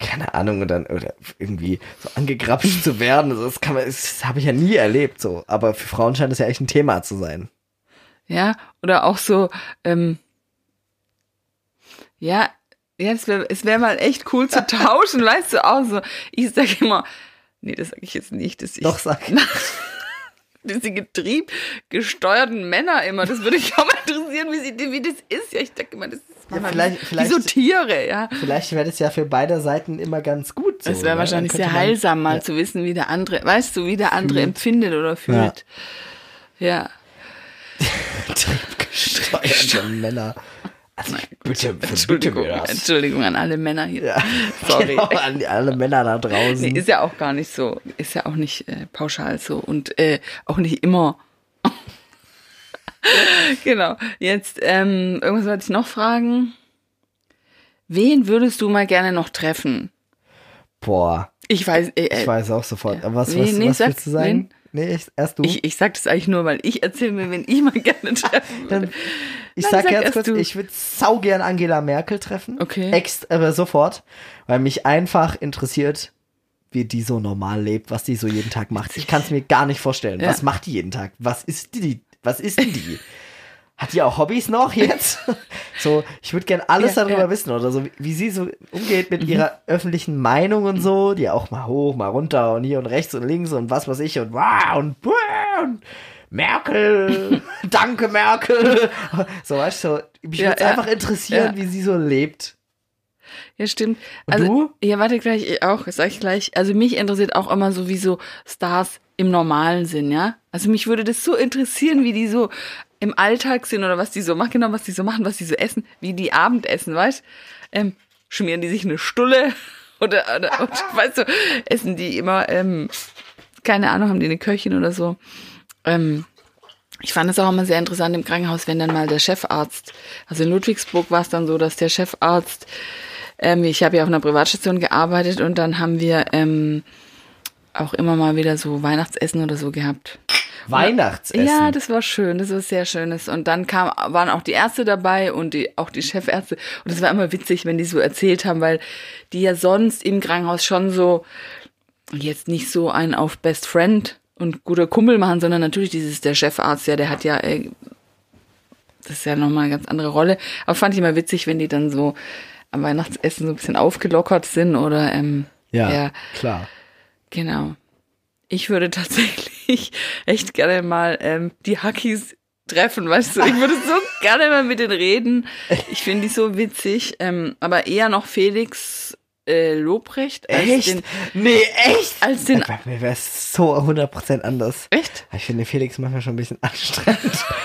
Speaker 1: keine Ahnung, und dann oder irgendwie so angegrapscht zu werden. Also das kann man, das habe ich ja nie erlebt so. Aber für Frauen scheint das ja echt ein Thema zu sein.
Speaker 2: Ja, oder auch so, ähm, ja, ja, es wäre es wär mal echt cool zu tauschen, weißt du auch so. Ich sag immer, nee, das sage ich jetzt nicht, dass ich
Speaker 1: Doch, sag ich.
Speaker 2: diese getriebgesteuerten Männer immer, das würde ich auch mal interessieren, wie, sie, wie das ist. Ja, ich denke immer, das ist
Speaker 1: Ja,
Speaker 2: manchmal
Speaker 1: vielleicht-
Speaker 2: wie-
Speaker 1: vielleicht-
Speaker 2: wie so Tiere, ja.
Speaker 1: Vielleicht wäre das ja für beide Seiten immer ganz gut. So,
Speaker 2: Es wäre
Speaker 1: ne?
Speaker 2: wahrscheinlich
Speaker 1: Dann könnte
Speaker 2: sehr
Speaker 1: man-
Speaker 2: heilsam, mal zu wissen, wie der andere, weißt du, wie der andere empfindet oder fühlt. Ja.
Speaker 1: Triebgesteuerte Männer. Also ich bitte, bitte
Speaker 2: Entschuldigung,
Speaker 1: mir das.
Speaker 2: Entschuldigung an alle Männer hier.
Speaker 1: Ja.
Speaker 2: Sorry.
Speaker 1: Genau, an alle Männer da draußen.
Speaker 2: Nee, ist ja auch gar nicht so, ist ja auch nicht äh, pauschal so und äh, auch nicht immer. genau. Jetzt, ähm, irgendwas wollte ich noch fragen. Wen würdest du mal gerne noch treffen?
Speaker 1: Boah,
Speaker 2: Ich weiß, äh, äh,
Speaker 1: ich weiß auch sofort. Aber was,
Speaker 2: Nee,
Speaker 1: was,
Speaker 2: nee,
Speaker 1: was
Speaker 2: sag-
Speaker 1: willst du sagen? Nee, ich, erst du.
Speaker 2: ich, ich sag das eigentlich nur, weil ich erzähle mir, wen ich mal gerne treffen würde.
Speaker 1: Dann, ich
Speaker 2: Nein,
Speaker 1: sag,
Speaker 2: sag
Speaker 1: ganz
Speaker 2: erst
Speaker 1: kurz,
Speaker 2: du.
Speaker 1: ich würde saugern Angela Merkel treffen.
Speaker 2: Okay.
Speaker 1: Ex, aber sofort, weil mich einfach interessiert, wie die so normal lebt, was die so jeden Tag macht. Ich kann es mir gar nicht vorstellen.
Speaker 2: Ja.
Speaker 1: Was macht die jeden Tag? Was ist die? Was ist denn die? Hat die auch Hobbys noch jetzt? so, ich würde gern alles
Speaker 2: Ja, Mhm.
Speaker 1: darüber
Speaker 2: ja.
Speaker 1: wissen oder so, wie, wie sie so umgeht mit ihrer öffentlichen Meinung und so, die auch mal hoch, mal runter und hier und rechts und links und was weiß ich und wow und, wow und Merkel, danke Merkel. So, weißt du, mich
Speaker 2: Ja,
Speaker 1: würde es
Speaker 2: ja.
Speaker 1: einfach interessieren,
Speaker 2: Ja.
Speaker 1: wie sie so lebt.
Speaker 2: Ja, stimmt.
Speaker 1: Und
Speaker 2: also,
Speaker 1: du?
Speaker 2: Ja, warte gleich, ich auch, sag ich gleich. Also mich interessiert auch immer so, wie so Stars im normalen Sinn, ja? Also mich würde das so interessieren, wie die so im Alltag sind oder was die so machen, genau, was die so machen, was die so essen, wie die Abendessen, weißt? Ähm, schmieren die sich eine Stulle oder, oder, oder weißt du, essen die immer, ähm, keine Ahnung, haben die eine Köchin oder so. Ähm, ich fand es auch immer sehr interessant im Krankenhaus, wenn dann mal der Chefarzt, also in Ludwigsburg war es dann so, dass der Chefarzt, ähm, ich habe ja auf einer Privatstation gearbeitet und dann haben wir ähm, auch immer mal wieder so Weihnachtsessen oder so gehabt.
Speaker 1: Weihnachtsessen.
Speaker 2: Ja, das war schön, das war sehr schönes. Und dann kam, waren auch die Ärzte dabei und die, auch die Chefärzte. Und es war immer witzig, wenn die so erzählt haben, weil die ja sonst im Krankenhaus schon so jetzt nicht so einen auf Best Friend und guter Kumpel machen, sondern natürlich dieses der Chefarzt, ja, der hat ja, äh, das ist ja nochmal eine ganz andere Rolle. Aber fand ich immer witzig, wenn die dann so am Weihnachtsessen so ein bisschen aufgelockert sind oder ähm,
Speaker 1: ja,
Speaker 2: ja.
Speaker 1: klar.
Speaker 2: Genau. Ich würde tatsächlich echt gerne mal ähm, die Hackies treffen, weißt du. Ich würde so gerne mal mit denen reden. Ich finde die so witzig. Ähm, aber eher noch Felix äh, Lobrecht als
Speaker 1: Echt?
Speaker 2: den.
Speaker 1: nee, echt?
Speaker 2: Als den
Speaker 1: Bei mir wäre es so 100% anders.
Speaker 2: echt?
Speaker 1: Ah, Ich finde Felix manchmal schon ein bisschen anstrengend.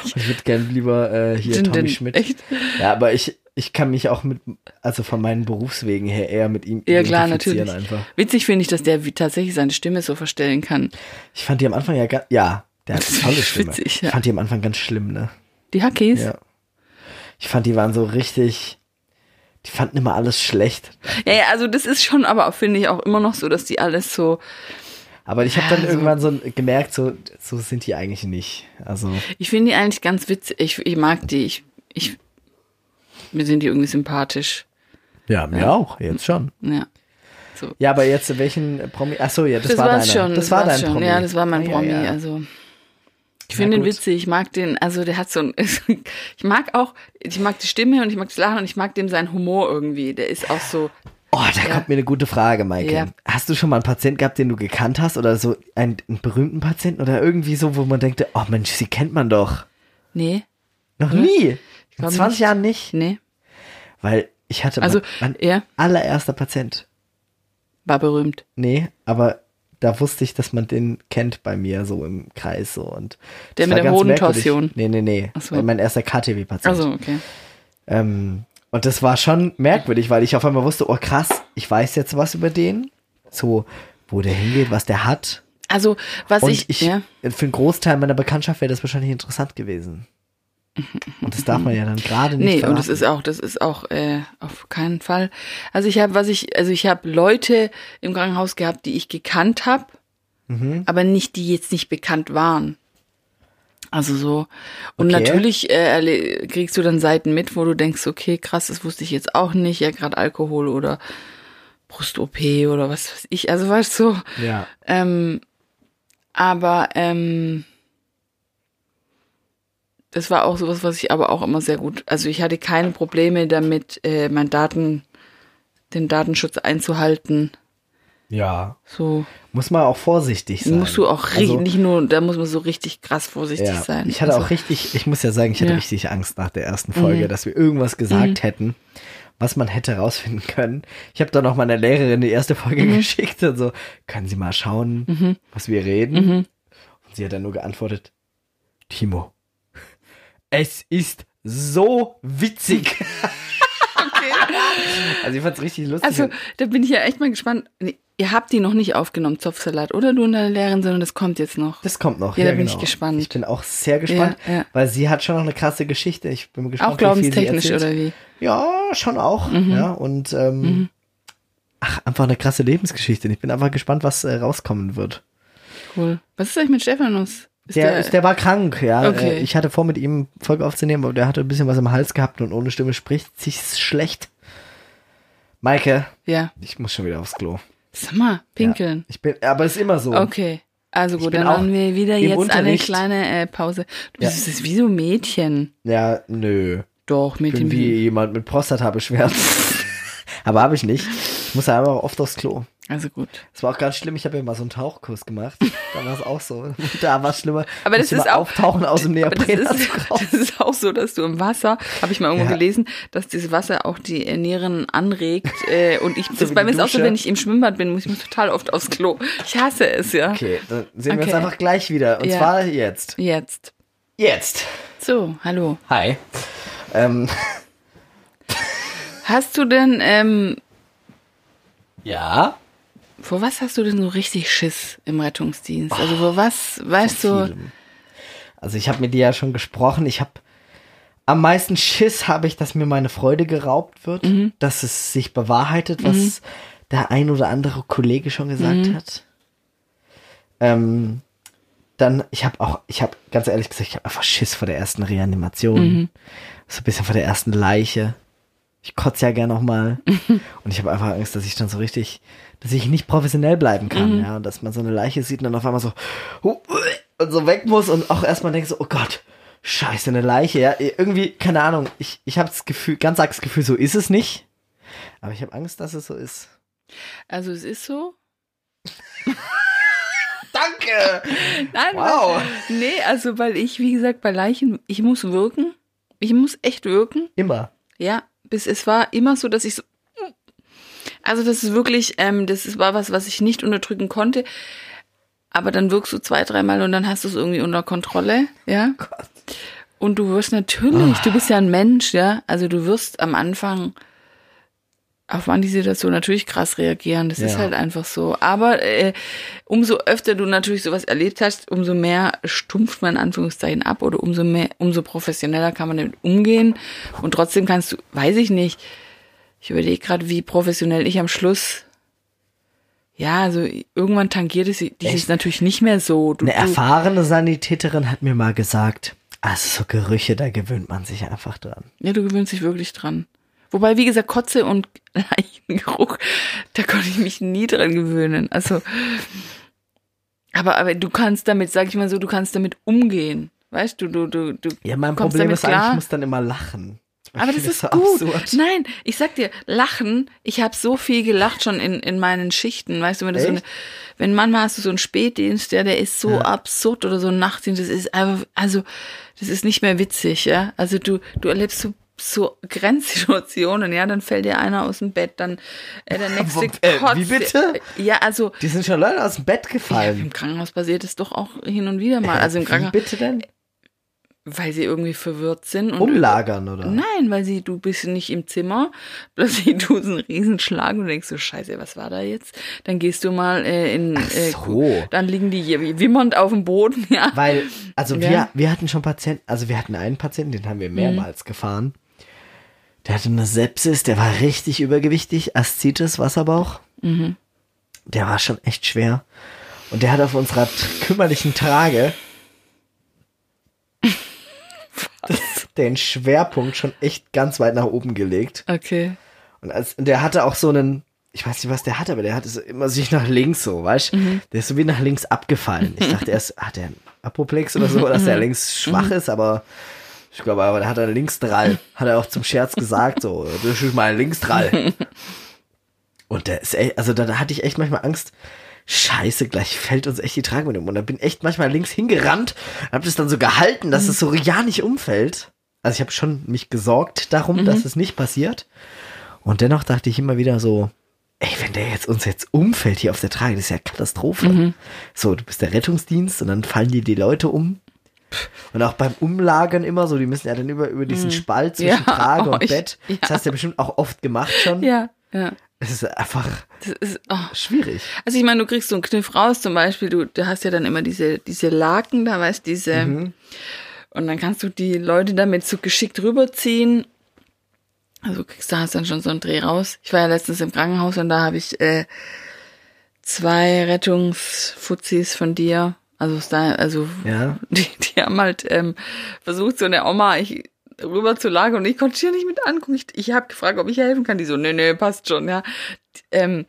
Speaker 1: ich würde gern lieber äh, hier
Speaker 2: Den-
Speaker 1: Tommy
Speaker 2: den-
Speaker 1: Schmidt.
Speaker 2: Echt?
Speaker 1: Ja, aber ich, ich kann mich auch mit, also von meinen Berufswegen her eher mit ihm
Speaker 2: Ja klar,
Speaker 1: identifizieren
Speaker 2: natürlich.
Speaker 1: einfach.
Speaker 2: Witzig finde ich, dass der wie tatsächlich seine Stimme so verstellen kann.
Speaker 1: Ich fand die am Anfang ja ganz, ja, der hat
Speaker 2: Das
Speaker 1: eine tolle
Speaker 2: ist
Speaker 1: Stimme.
Speaker 2: witzig, ja.
Speaker 1: Ich fand die am Anfang ganz schlimm, ne?
Speaker 2: Die Hackies?
Speaker 1: Ja. Ich fand, die waren so richtig, die fanden immer alles schlecht.
Speaker 2: ja, ja, also das ist schon, aber auch, finde ich auch immer noch so, dass die alles so.
Speaker 1: Aber ich habe dann
Speaker 2: Ja, also so-
Speaker 1: irgendwann so gemerkt, so, so sind die eigentlich nicht. Also,
Speaker 2: Ich finde die eigentlich ganz witzig. Ich, ich mag die. Ich, ich, mir sind die irgendwie sympathisch.
Speaker 1: ja, mir auch, jetzt schon.
Speaker 2: Ja.
Speaker 1: Ja, aber jetzt welchen Promi? Ach so, ja, das,
Speaker 2: Das,
Speaker 1: war
Speaker 2: war's
Speaker 1: deiner.
Speaker 2: schon.
Speaker 1: das war
Speaker 2: war's
Speaker 1: dein
Speaker 2: schon.
Speaker 1: Promi.
Speaker 2: Ja, das war mein
Speaker 1: Ah, ja,
Speaker 2: Promi.
Speaker 1: ja.
Speaker 2: Also ich
Speaker 1: Na
Speaker 2: finde ihn
Speaker 1: gut.
Speaker 2: witzig. Ich mag den. Also der hat so ein. ich mag auch. Ich mag die Stimme und ich mag das Lachen und ich mag dem seinen Humor irgendwie. Der ist auch so.
Speaker 1: Oh, da kommt mir eine gute Frage, Maike.
Speaker 2: Ja.
Speaker 1: Hast du schon mal einen Patienten gehabt, den du gekannt hast oder so einen, einen berühmten Patienten oder irgendwie so, wo man denkt, oh Mensch, sie kennt man doch.
Speaker 2: Nee,
Speaker 1: Noch nie. In
Speaker 2: glaub
Speaker 1: 20
Speaker 2: nicht.
Speaker 1: Jahren nicht,
Speaker 2: nee.
Speaker 1: weil ich hatte
Speaker 2: Also,
Speaker 1: mein, mein
Speaker 2: ja.
Speaker 1: allererster Patient.
Speaker 2: War berühmt.
Speaker 1: Nee, aber da wusste ich, dass man den kennt bei mir so im Kreis so und das
Speaker 2: Der mit
Speaker 1: war
Speaker 2: der
Speaker 1: ganz merkwürdig.
Speaker 2: Hodentorsion.
Speaker 1: Nee, nee, nee.
Speaker 2: Ach so.
Speaker 1: Weil Mein erster KTW-Patient.
Speaker 2: Also okay.
Speaker 1: Ähm, und das war schon merkwürdig, weil ich auf einmal wusste, oh krass, ich weiß jetzt was über den. So, wo der hingeht, was der hat.
Speaker 2: Also was
Speaker 1: Und
Speaker 2: ich.
Speaker 1: ich,
Speaker 2: ja.
Speaker 1: für einen Großteil meiner Bekanntschaft wäre das wahrscheinlich interessant gewesen. Und das darf man ja dann gerade nicht
Speaker 2: Nee, und das
Speaker 1: verraten.
Speaker 2: ist auch, das ist auch äh, auf keinen Fall. Also ich habe, was ich, also ich habe Leute im Krankenhaus gehabt, die ich gekannt habe,
Speaker 1: Mhm.
Speaker 2: aber nicht, die jetzt nicht bekannt waren. Also so. Und
Speaker 1: Okay.
Speaker 2: natürlich äh, erle- kriegst du dann Seiten mit, wo du denkst, okay, krass, das wusste ich jetzt auch nicht, ja, gerade Alkohol oder Brust-OP oder was weiß ich. Also weißt du, so,
Speaker 1: Ja.
Speaker 2: ähm, aber ähm, das war auch sowas, was ich aber auch immer sehr gut. Also ich hatte keine Probleme damit, äh, mein Daten, den Datenschutz einzuhalten.
Speaker 1: Ja.
Speaker 2: So
Speaker 1: Muss man auch vorsichtig sein.
Speaker 2: musst du auch richtig,
Speaker 1: Also,
Speaker 2: nicht nur, da muss man so richtig krass vorsichtig
Speaker 1: ja.
Speaker 2: sein.
Speaker 1: Ich hatte
Speaker 2: also,
Speaker 1: auch richtig, ich muss ja sagen, ich hatte
Speaker 2: Ja. Mhm.
Speaker 1: richtig Angst nach der ersten Folge, dass wir irgendwas gesagt hätten, was man hätte rausfinden können. Ich habe dann auch meiner Lehrerin die erste Folge
Speaker 2: Mhm.
Speaker 1: geschickt und so, können Sie mal schauen, was wir reden?
Speaker 2: Mhm.
Speaker 1: Und sie hat dann nur geantwortet, Timo, es ist so witzig.
Speaker 2: Okay.
Speaker 1: Also ich fand's richtig lustig.
Speaker 2: Also, da bin ich ja echt mal gespannt. Nee, Ihr habt die noch nicht aufgenommen, Zopfsalat, oder du und deine Lehrerin, sondern das kommt jetzt noch.
Speaker 1: das kommt noch. genau.
Speaker 2: Ja, da bin ich gespannt.
Speaker 1: Ich bin auch sehr gespannt,
Speaker 2: Ja, ja.
Speaker 1: weil sie hat schon noch eine krasse Geschichte. Ich bin gespannt,
Speaker 2: auch
Speaker 1: wie viel sie
Speaker 2: glaubenstechnisch,
Speaker 1: erzählt.
Speaker 2: oder wie?
Speaker 1: Ja, schon auch.
Speaker 2: Mhm.
Speaker 1: Ja, und ähm, ach, einfach eine krasse Lebensgeschichte. Ich bin einfach gespannt, was äh, rauskommen wird.
Speaker 2: Cool. Was ist eigentlich mit Stephanus? Ist
Speaker 1: Der, ist, der war krank, ja. Äh,
Speaker 2: Okay.
Speaker 1: Ich hatte vor, mit ihm Folge aufzunehmen, aber der hatte ein bisschen was im Hals gehabt und ohne Stimme spricht sich's schlecht. Maike,
Speaker 2: ja.
Speaker 1: ich muss schon wieder aufs Klo.
Speaker 2: Sag mal, pinkeln.
Speaker 1: Ja, ich bin, aber ist immer so.
Speaker 2: Okay. Also gut,
Speaker 1: bin
Speaker 2: dann
Speaker 1: auch
Speaker 2: machen wir wieder
Speaker 1: im
Speaker 2: jetzt eine
Speaker 1: Unterricht.
Speaker 2: kleine äh, Pause. Du
Speaker 1: Ja.
Speaker 2: bist das ist wie so Mädchen.
Speaker 1: Ja, nö.
Speaker 2: Doch,
Speaker 1: Ich bin
Speaker 2: Mädchen.
Speaker 1: wie jemand mit Prostata-Beschwerden. aber habe ich nicht. Ich muss einfach oft aufs Klo.
Speaker 2: Also gut.
Speaker 1: Das war auch ganz schlimm. Ich habe ja mal so einen Tauchkurs gemacht. Da war es auch so. Da war es schlimmer.
Speaker 2: Aber das
Speaker 1: Musste
Speaker 2: ist
Speaker 1: immer
Speaker 2: auch-
Speaker 1: auftauchen aus dem
Speaker 2: Aber das,
Speaker 1: Neopren.
Speaker 2: ist, das ist auch so, dass du im Wasser, habe ich mal irgendwo
Speaker 1: Ja.
Speaker 2: gelesen, dass dieses Wasser auch die äh, Nieren anregt. Äh, und ich, das
Speaker 1: wie
Speaker 2: bei
Speaker 1: die
Speaker 2: mir ist auch so,
Speaker 1: Dusche.
Speaker 2: wenn ich im Schwimmbad bin, muss ich mir total oft aufs Klo. Ich hasse es, ja.
Speaker 1: Okay, dann sehen wir uns
Speaker 2: Okay.
Speaker 1: einfach gleich wieder. Und
Speaker 2: Ja.
Speaker 1: zwar jetzt.
Speaker 2: Jetzt.
Speaker 1: Jetzt.
Speaker 2: So, hallo.
Speaker 1: Hi. Ähm,
Speaker 2: Hast du denn, ähm,
Speaker 1: ja.
Speaker 2: vor was hast du denn so richtig Schiss im Rettungsdienst? Also vor was, weißt du,
Speaker 1: Oh, Vielem. Also ich habe mit dir ja schon gesprochen. Ich habe am meisten Schiss habe ich, dass mir meine Freude geraubt wird, dass es sich bewahrheitet, was der ein oder andere Kollege schon gesagt hat. Ähm, dann, ich habe auch, ich habe ganz ehrlich gesagt, ich habe einfach Schiss vor der ersten Reanimation, so ein bisschen vor der ersten Leiche. Ich kotze ja gern noch mal und ich habe einfach Angst, dass ich dann so richtig, dass ich nicht professionell bleiben kann, ja, und dass man so eine Leiche sieht und dann auf einmal so hu- und so weg muss und auch erstmal denke so, oh Gott, Scheiße, eine Leiche, ja, irgendwie keine Ahnung. Ich ich habe das Gefühl, ganz arg das Gefühl, so ist es nicht, aber ich habe Angst, dass es so ist.
Speaker 2: also es ist so.
Speaker 1: Danke.
Speaker 2: Nein,
Speaker 1: Wow.
Speaker 2: weil, nee, also weil ich, wie gesagt, bei Leichen, ich muss wirken. Ich muss echt wirken.
Speaker 1: Immer.
Speaker 2: Ja, bis es war immer so, dass ich so. Also das ist wirklich, ähm, das ist- war was, was ich nicht unterdrücken konnte. Aber dann wirkst du zwei, dreimal und dann hast du es irgendwie unter Kontrolle, ja. Und du wirst natürlich, du bist ja ein Mensch, ja. Also du wirst am Anfang auf manche Situation natürlich krass reagieren. Das ist
Speaker 1: Ja.
Speaker 2: halt einfach so. Aber äh, umso öfter du natürlich sowas erlebt hast, umso mehr stumpft man in Anführungszeichen ab oder umso mehr, umso professioneller kann man damit umgehen. Und trotzdem kannst du, weiß ich nicht, ich überlege gerade, wie professionell ich am Schluss. Ja, also irgendwann tangiert es dich
Speaker 1: Echt?
Speaker 2: ist natürlich nicht mehr so. Du,
Speaker 1: Eine
Speaker 2: du,
Speaker 1: erfahrene Sanitäterin hat mir mal gesagt, also so Gerüche, da gewöhnt man sich einfach dran.
Speaker 2: Ja, du gewöhnst dich wirklich dran. Wobei, wie gesagt, Kotze und Leichengeruch, da konnte ich mich nie dran gewöhnen. Also, aber, aber du kannst damit, sag ich mal so, du kannst damit umgehen. Weißt du, du, du, du.
Speaker 1: Ja, mein
Speaker 2: kommst
Speaker 1: Problem
Speaker 2: damit
Speaker 1: ist eigentlich,
Speaker 2: klar.
Speaker 1: ich muss dann immer lachen. Ich
Speaker 2: aber das
Speaker 1: find
Speaker 2: ist
Speaker 1: so
Speaker 2: gut.
Speaker 1: absurd.
Speaker 2: Nein, ich sag dir, lachen, ich habe so viel gelacht schon in, in meinen Schichten, weißt du, wenn du so eine,
Speaker 1: Echt?
Speaker 2: wenn manchmal hast du so einen Spätdienst, der, der ist so absurd oder so ein Nachtdienst, das ist einfach, also das ist nicht mehr witzig, ja. Also du, du erlebst so so Grenzsituationen, ja, dann fällt dir einer aus dem Bett, dann äh, der nächste
Speaker 1: Äh, wie
Speaker 2: kotzt.
Speaker 1: bitte?
Speaker 2: Ja, also
Speaker 1: Die sind schon Leute aus dem Bett gefallen.
Speaker 2: im Krankenhaus passiert es doch auch hin und wieder mal. Also im
Speaker 1: Wie
Speaker 2: Krankenhaus,
Speaker 1: bitte denn?
Speaker 2: weil sie irgendwie verwirrt sind
Speaker 1: Oh
Speaker 2: und
Speaker 1: Umlagern, oder?
Speaker 2: Nein, weil sie, du bist nicht im Zimmer, plötzlich tust du einen Riesenschlag und denkst so, scheiße, was war da jetzt? Dann gehst du mal äh, in, äh,
Speaker 1: so.
Speaker 2: dann liegen die hier wie wimmernd auf dem Boden, ja.
Speaker 1: Weil, also wir,
Speaker 2: äh, Ja. Mhm.
Speaker 1: wir hatten schon Patienten, also wir hatten einen Patienten, den haben wir mehrmals gefahren. Der hatte eine Sepsis, der war richtig übergewichtig, Aszites, Wasserbauch.
Speaker 2: Mhm.
Speaker 1: Der war schon echt schwer. Und der hat auf unserer t- kümmerlichen Trage den Schwerpunkt schon echt ganz weit nach oben gelegt.
Speaker 2: Okay.
Speaker 1: Und, als, und der hatte auch so einen, ich weiß nicht, was der hatte, aber der hatte so immer sich nach links so, weißt Der ist so wie nach links abgefallen. Ich dachte erst, hat der einen Apoplex oder so, dass der links schwach ist, aber ich glaube, aber der hat einen Linksdrall. Hat er auch zum Scherz gesagt, so, das ist mein Linksdrall. Und der ist echt, also da, da hatte ich echt manchmal Angst. Scheiße, gleich fällt uns echt die Trage mit dem. Und da bin echt manchmal links hingerannt, hab das dann so gehalten,
Speaker 2: Mhm.
Speaker 1: dass es so ja nicht umfällt. Also ich habe schon mich gesorgt darum,
Speaker 2: Mhm.
Speaker 1: dass es nicht passiert. Und dennoch dachte ich immer wieder so, ey, wenn der jetzt uns jetzt umfällt hier auf
Speaker 2: Mhm.
Speaker 1: der Trage, das ist ja Katastrophe. So, du bist der Rettungsdienst und dann fallen dir die Leute um. Und auch beim Umlagern immer so, die müssen ja dann über, über diesen Spalt zwischen
Speaker 2: Mhm. Ja,
Speaker 1: Trage
Speaker 2: oh,
Speaker 1: und
Speaker 2: ich-
Speaker 1: Bett. Das hast du ja bestimmt auch oft gemacht schon.
Speaker 2: Ja, ja.
Speaker 1: Es ist einfach
Speaker 2: Das ist, oh.
Speaker 1: schwierig.
Speaker 2: Also ich meine, du kriegst so einen Kniff raus, zum Beispiel, du, du hast ja dann immer diese, diese Laken, da weißt diese, und dann kannst du die Leute damit so geschickt rüberziehen. Also du kriegst da hast dann schon so einen Dreh raus. Ich war ja letztens im Krankenhaus und da habe ich äh, zwei Rettungsfuzis von dir, also es da, also
Speaker 1: Ja.
Speaker 2: die, die haben halt ähm, versucht, so eine Oma ich, rüber zu lagern und ich konnte hier nicht mit angucken. Ich, ich habe gefragt, ob ich helfen kann. Die so, nee, nee, passt schon, ja. Ähm,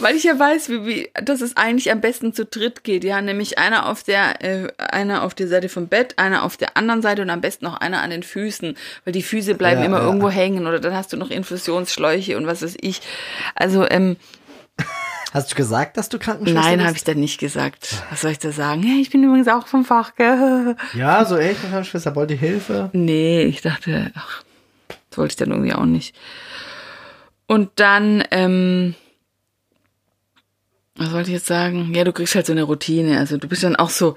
Speaker 2: weil ich ja weiß, wie, wie, dass es eigentlich am besten zu dritt geht, ja. Nämlich einer auf der, äh, einer auf der Seite vom Bett, einer auf der anderen Seite und am besten noch einer an den Füßen, weil die Füße bleiben
Speaker 1: Ja,
Speaker 2: immer
Speaker 1: ja.
Speaker 2: irgendwo hängen oder dann hast du noch Infusionsschläuche und was weiß ich. Also, ähm,
Speaker 1: Hast du gesagt, dass du Krankenschwester
Speaker 2: Nein, habe
Speaker 1: bist?
Speaker 2: ich dann nicht gesagt. Was soll ich da sagen? Hey, ich bin übrigens auch vom Fach, gell?
Speaker 1: ich. Ja, so ey, ich bin Krankenschwester, wollte Hilfe.
Speaker 2: Nee, ich dachte, ach, das wollte ich dann irgendwie auch nicht. Und dann, ähm, was wollte ich jetzt sagen? Ja, du kriegst halt so eine Routine. Also du bist dann auch so,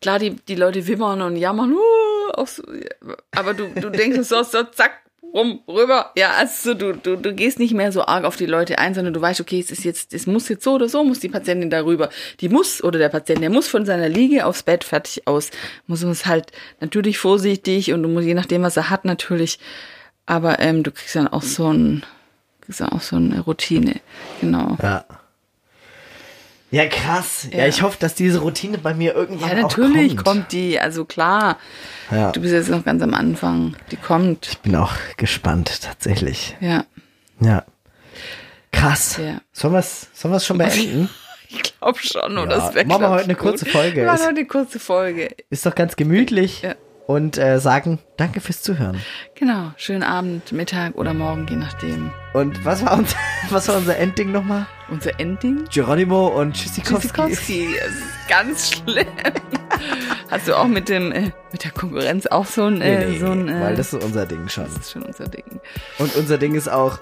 Speaker 2: klar, die, die Leute wimmern und jammern, uh, auch so, aber du, du denkst so, so, zack, rum, rüber. Ja, also du, du, du gehst nicht mehr so arg auf die Leute ein, sondern du weißt, okay, es ist jetzt, es muss jetzt so oder so, muss die Patientin darüber. Die muss, oder der Patient, der muss von seiner Liege aufs Bett fertig aus. Muss es halt natürlich vorsichtig und du musst, je nachdem, was er hat, natürlich. Aber ähm, du kriegst dann auch so ein, kriegst dann auch so eine Routine. Genau.
Speaker 1: Ja. Ja, krass. Ja,
Speaker 2: Ja.
Speaker 1: ich hoffe, dass diese Routine bei mir irgendwann
Speaker 2: Ja, natürlich
Speaker 1: auch kommt.
Speaker 2: kommt die, also klar.
Speaker 1: Ja.
Speaker 2: Du bist jetzt noch ganz am Anfang. Die kommt.
Speaker 1: Bin auch gespannt, tatsächlich.
Speaker 2: Ja.
Speaker 1: Ja. Krass.
Speaker 2: Ja.
Speaker 1: Sollen wir es sollen wir's schon beenden?
Speaker 2: Ich glaube schon, oder?
Speaker 1: Ja,
Speaker 2: Das wär,
Speaker 1: machen wir
Speaker 2: glaub
Speaker 1: heute
Speaker 2: ich,
Speaker 1: eine
Speaker 2: gut.
Speaker 1: kurze Folge.
Speaker 2: Wir machen
Speaker 1: Ist-
Speaker 2: heute eine kurze Folge.
Speaker 1: Ist doch ganz gemütlich.
Speaker 2: Ja.
Speaker 1: Und äh, sagen Danke fürs Zuhören.
Speaker 2: Genau. Schönen Abend, Mittag oder Morgen, je nachdem.
Speaker 1: Und was war unser, was war unser Endding nochmal?
Speaker 2: Unser Ending?
Speaker 1: Geronimo und Tschüssikowski.
Speaker 2: Tschüssikowski. Es ist ganz schlimm. Hast du auch mit dem äh, mit der Konkurrenz auch so ein,
Speaker 1: Nee,
Speaker 2: äh,
Speaker 1: nee,
Speaker 2: so ein äh,
Speaker 1: weil das ist unser Ding schon.
Speaker 2: das ist schon unser Ding.
Speaker 1: Und unser Ding ist auch,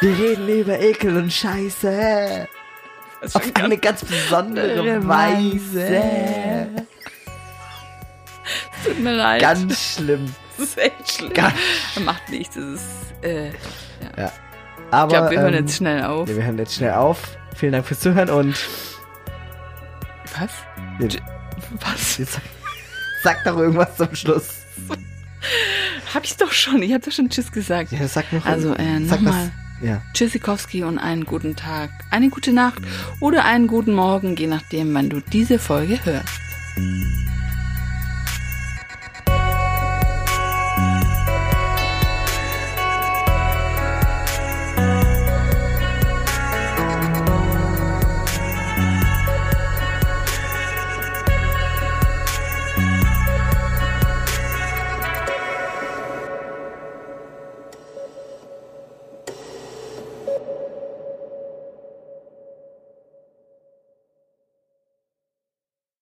Speaker 1: wir reden über Ekel und Scheiße.
Speaker 2: Das ist
Speaker 1: Auf
Speaker 2: schon
Speaker 1: eine
Speaker 2: ganz,
Speaker 1: ganz besondere Weise.
Speaker 2: Weise. tut mir leid.
Speaker 1: Ganz schlimm.
Speaker 2: das ist echt schlimm.
Speaker 1: ganz-
Speaker 2: Macht nichts. Das ist. Äh,
Speaker 1: Aber
Speaker 2: ich glaube, wir hören
Speaker 1: ähm,
Speaker 2: jetzt schnell auf.
Speaker 1: nee, wir hören jetzt schnell auf. Vielen Dank fürs Zuhören und
Speaker 2: Was?
Speaker 1: nee,
Speaker 2: Was?
Speaker 1: jetzt, sag doch irgendwas zum Schluss.
Speaker 2: Hab ich doch schon. Ich hab doch schon Tschüss gesagt.
Speaker 1: Ja, sag noch.
Speaker 2: Also, äh,
Speaker 1: sag
Speaker 2: nochmal.
Speaker 1: was. Ja.
Speaker 2: Tschüssikowski und einen guten Tag, eine gute Nacht oder einen guten Morgen, je nachdem, wann du diese Folge hörst.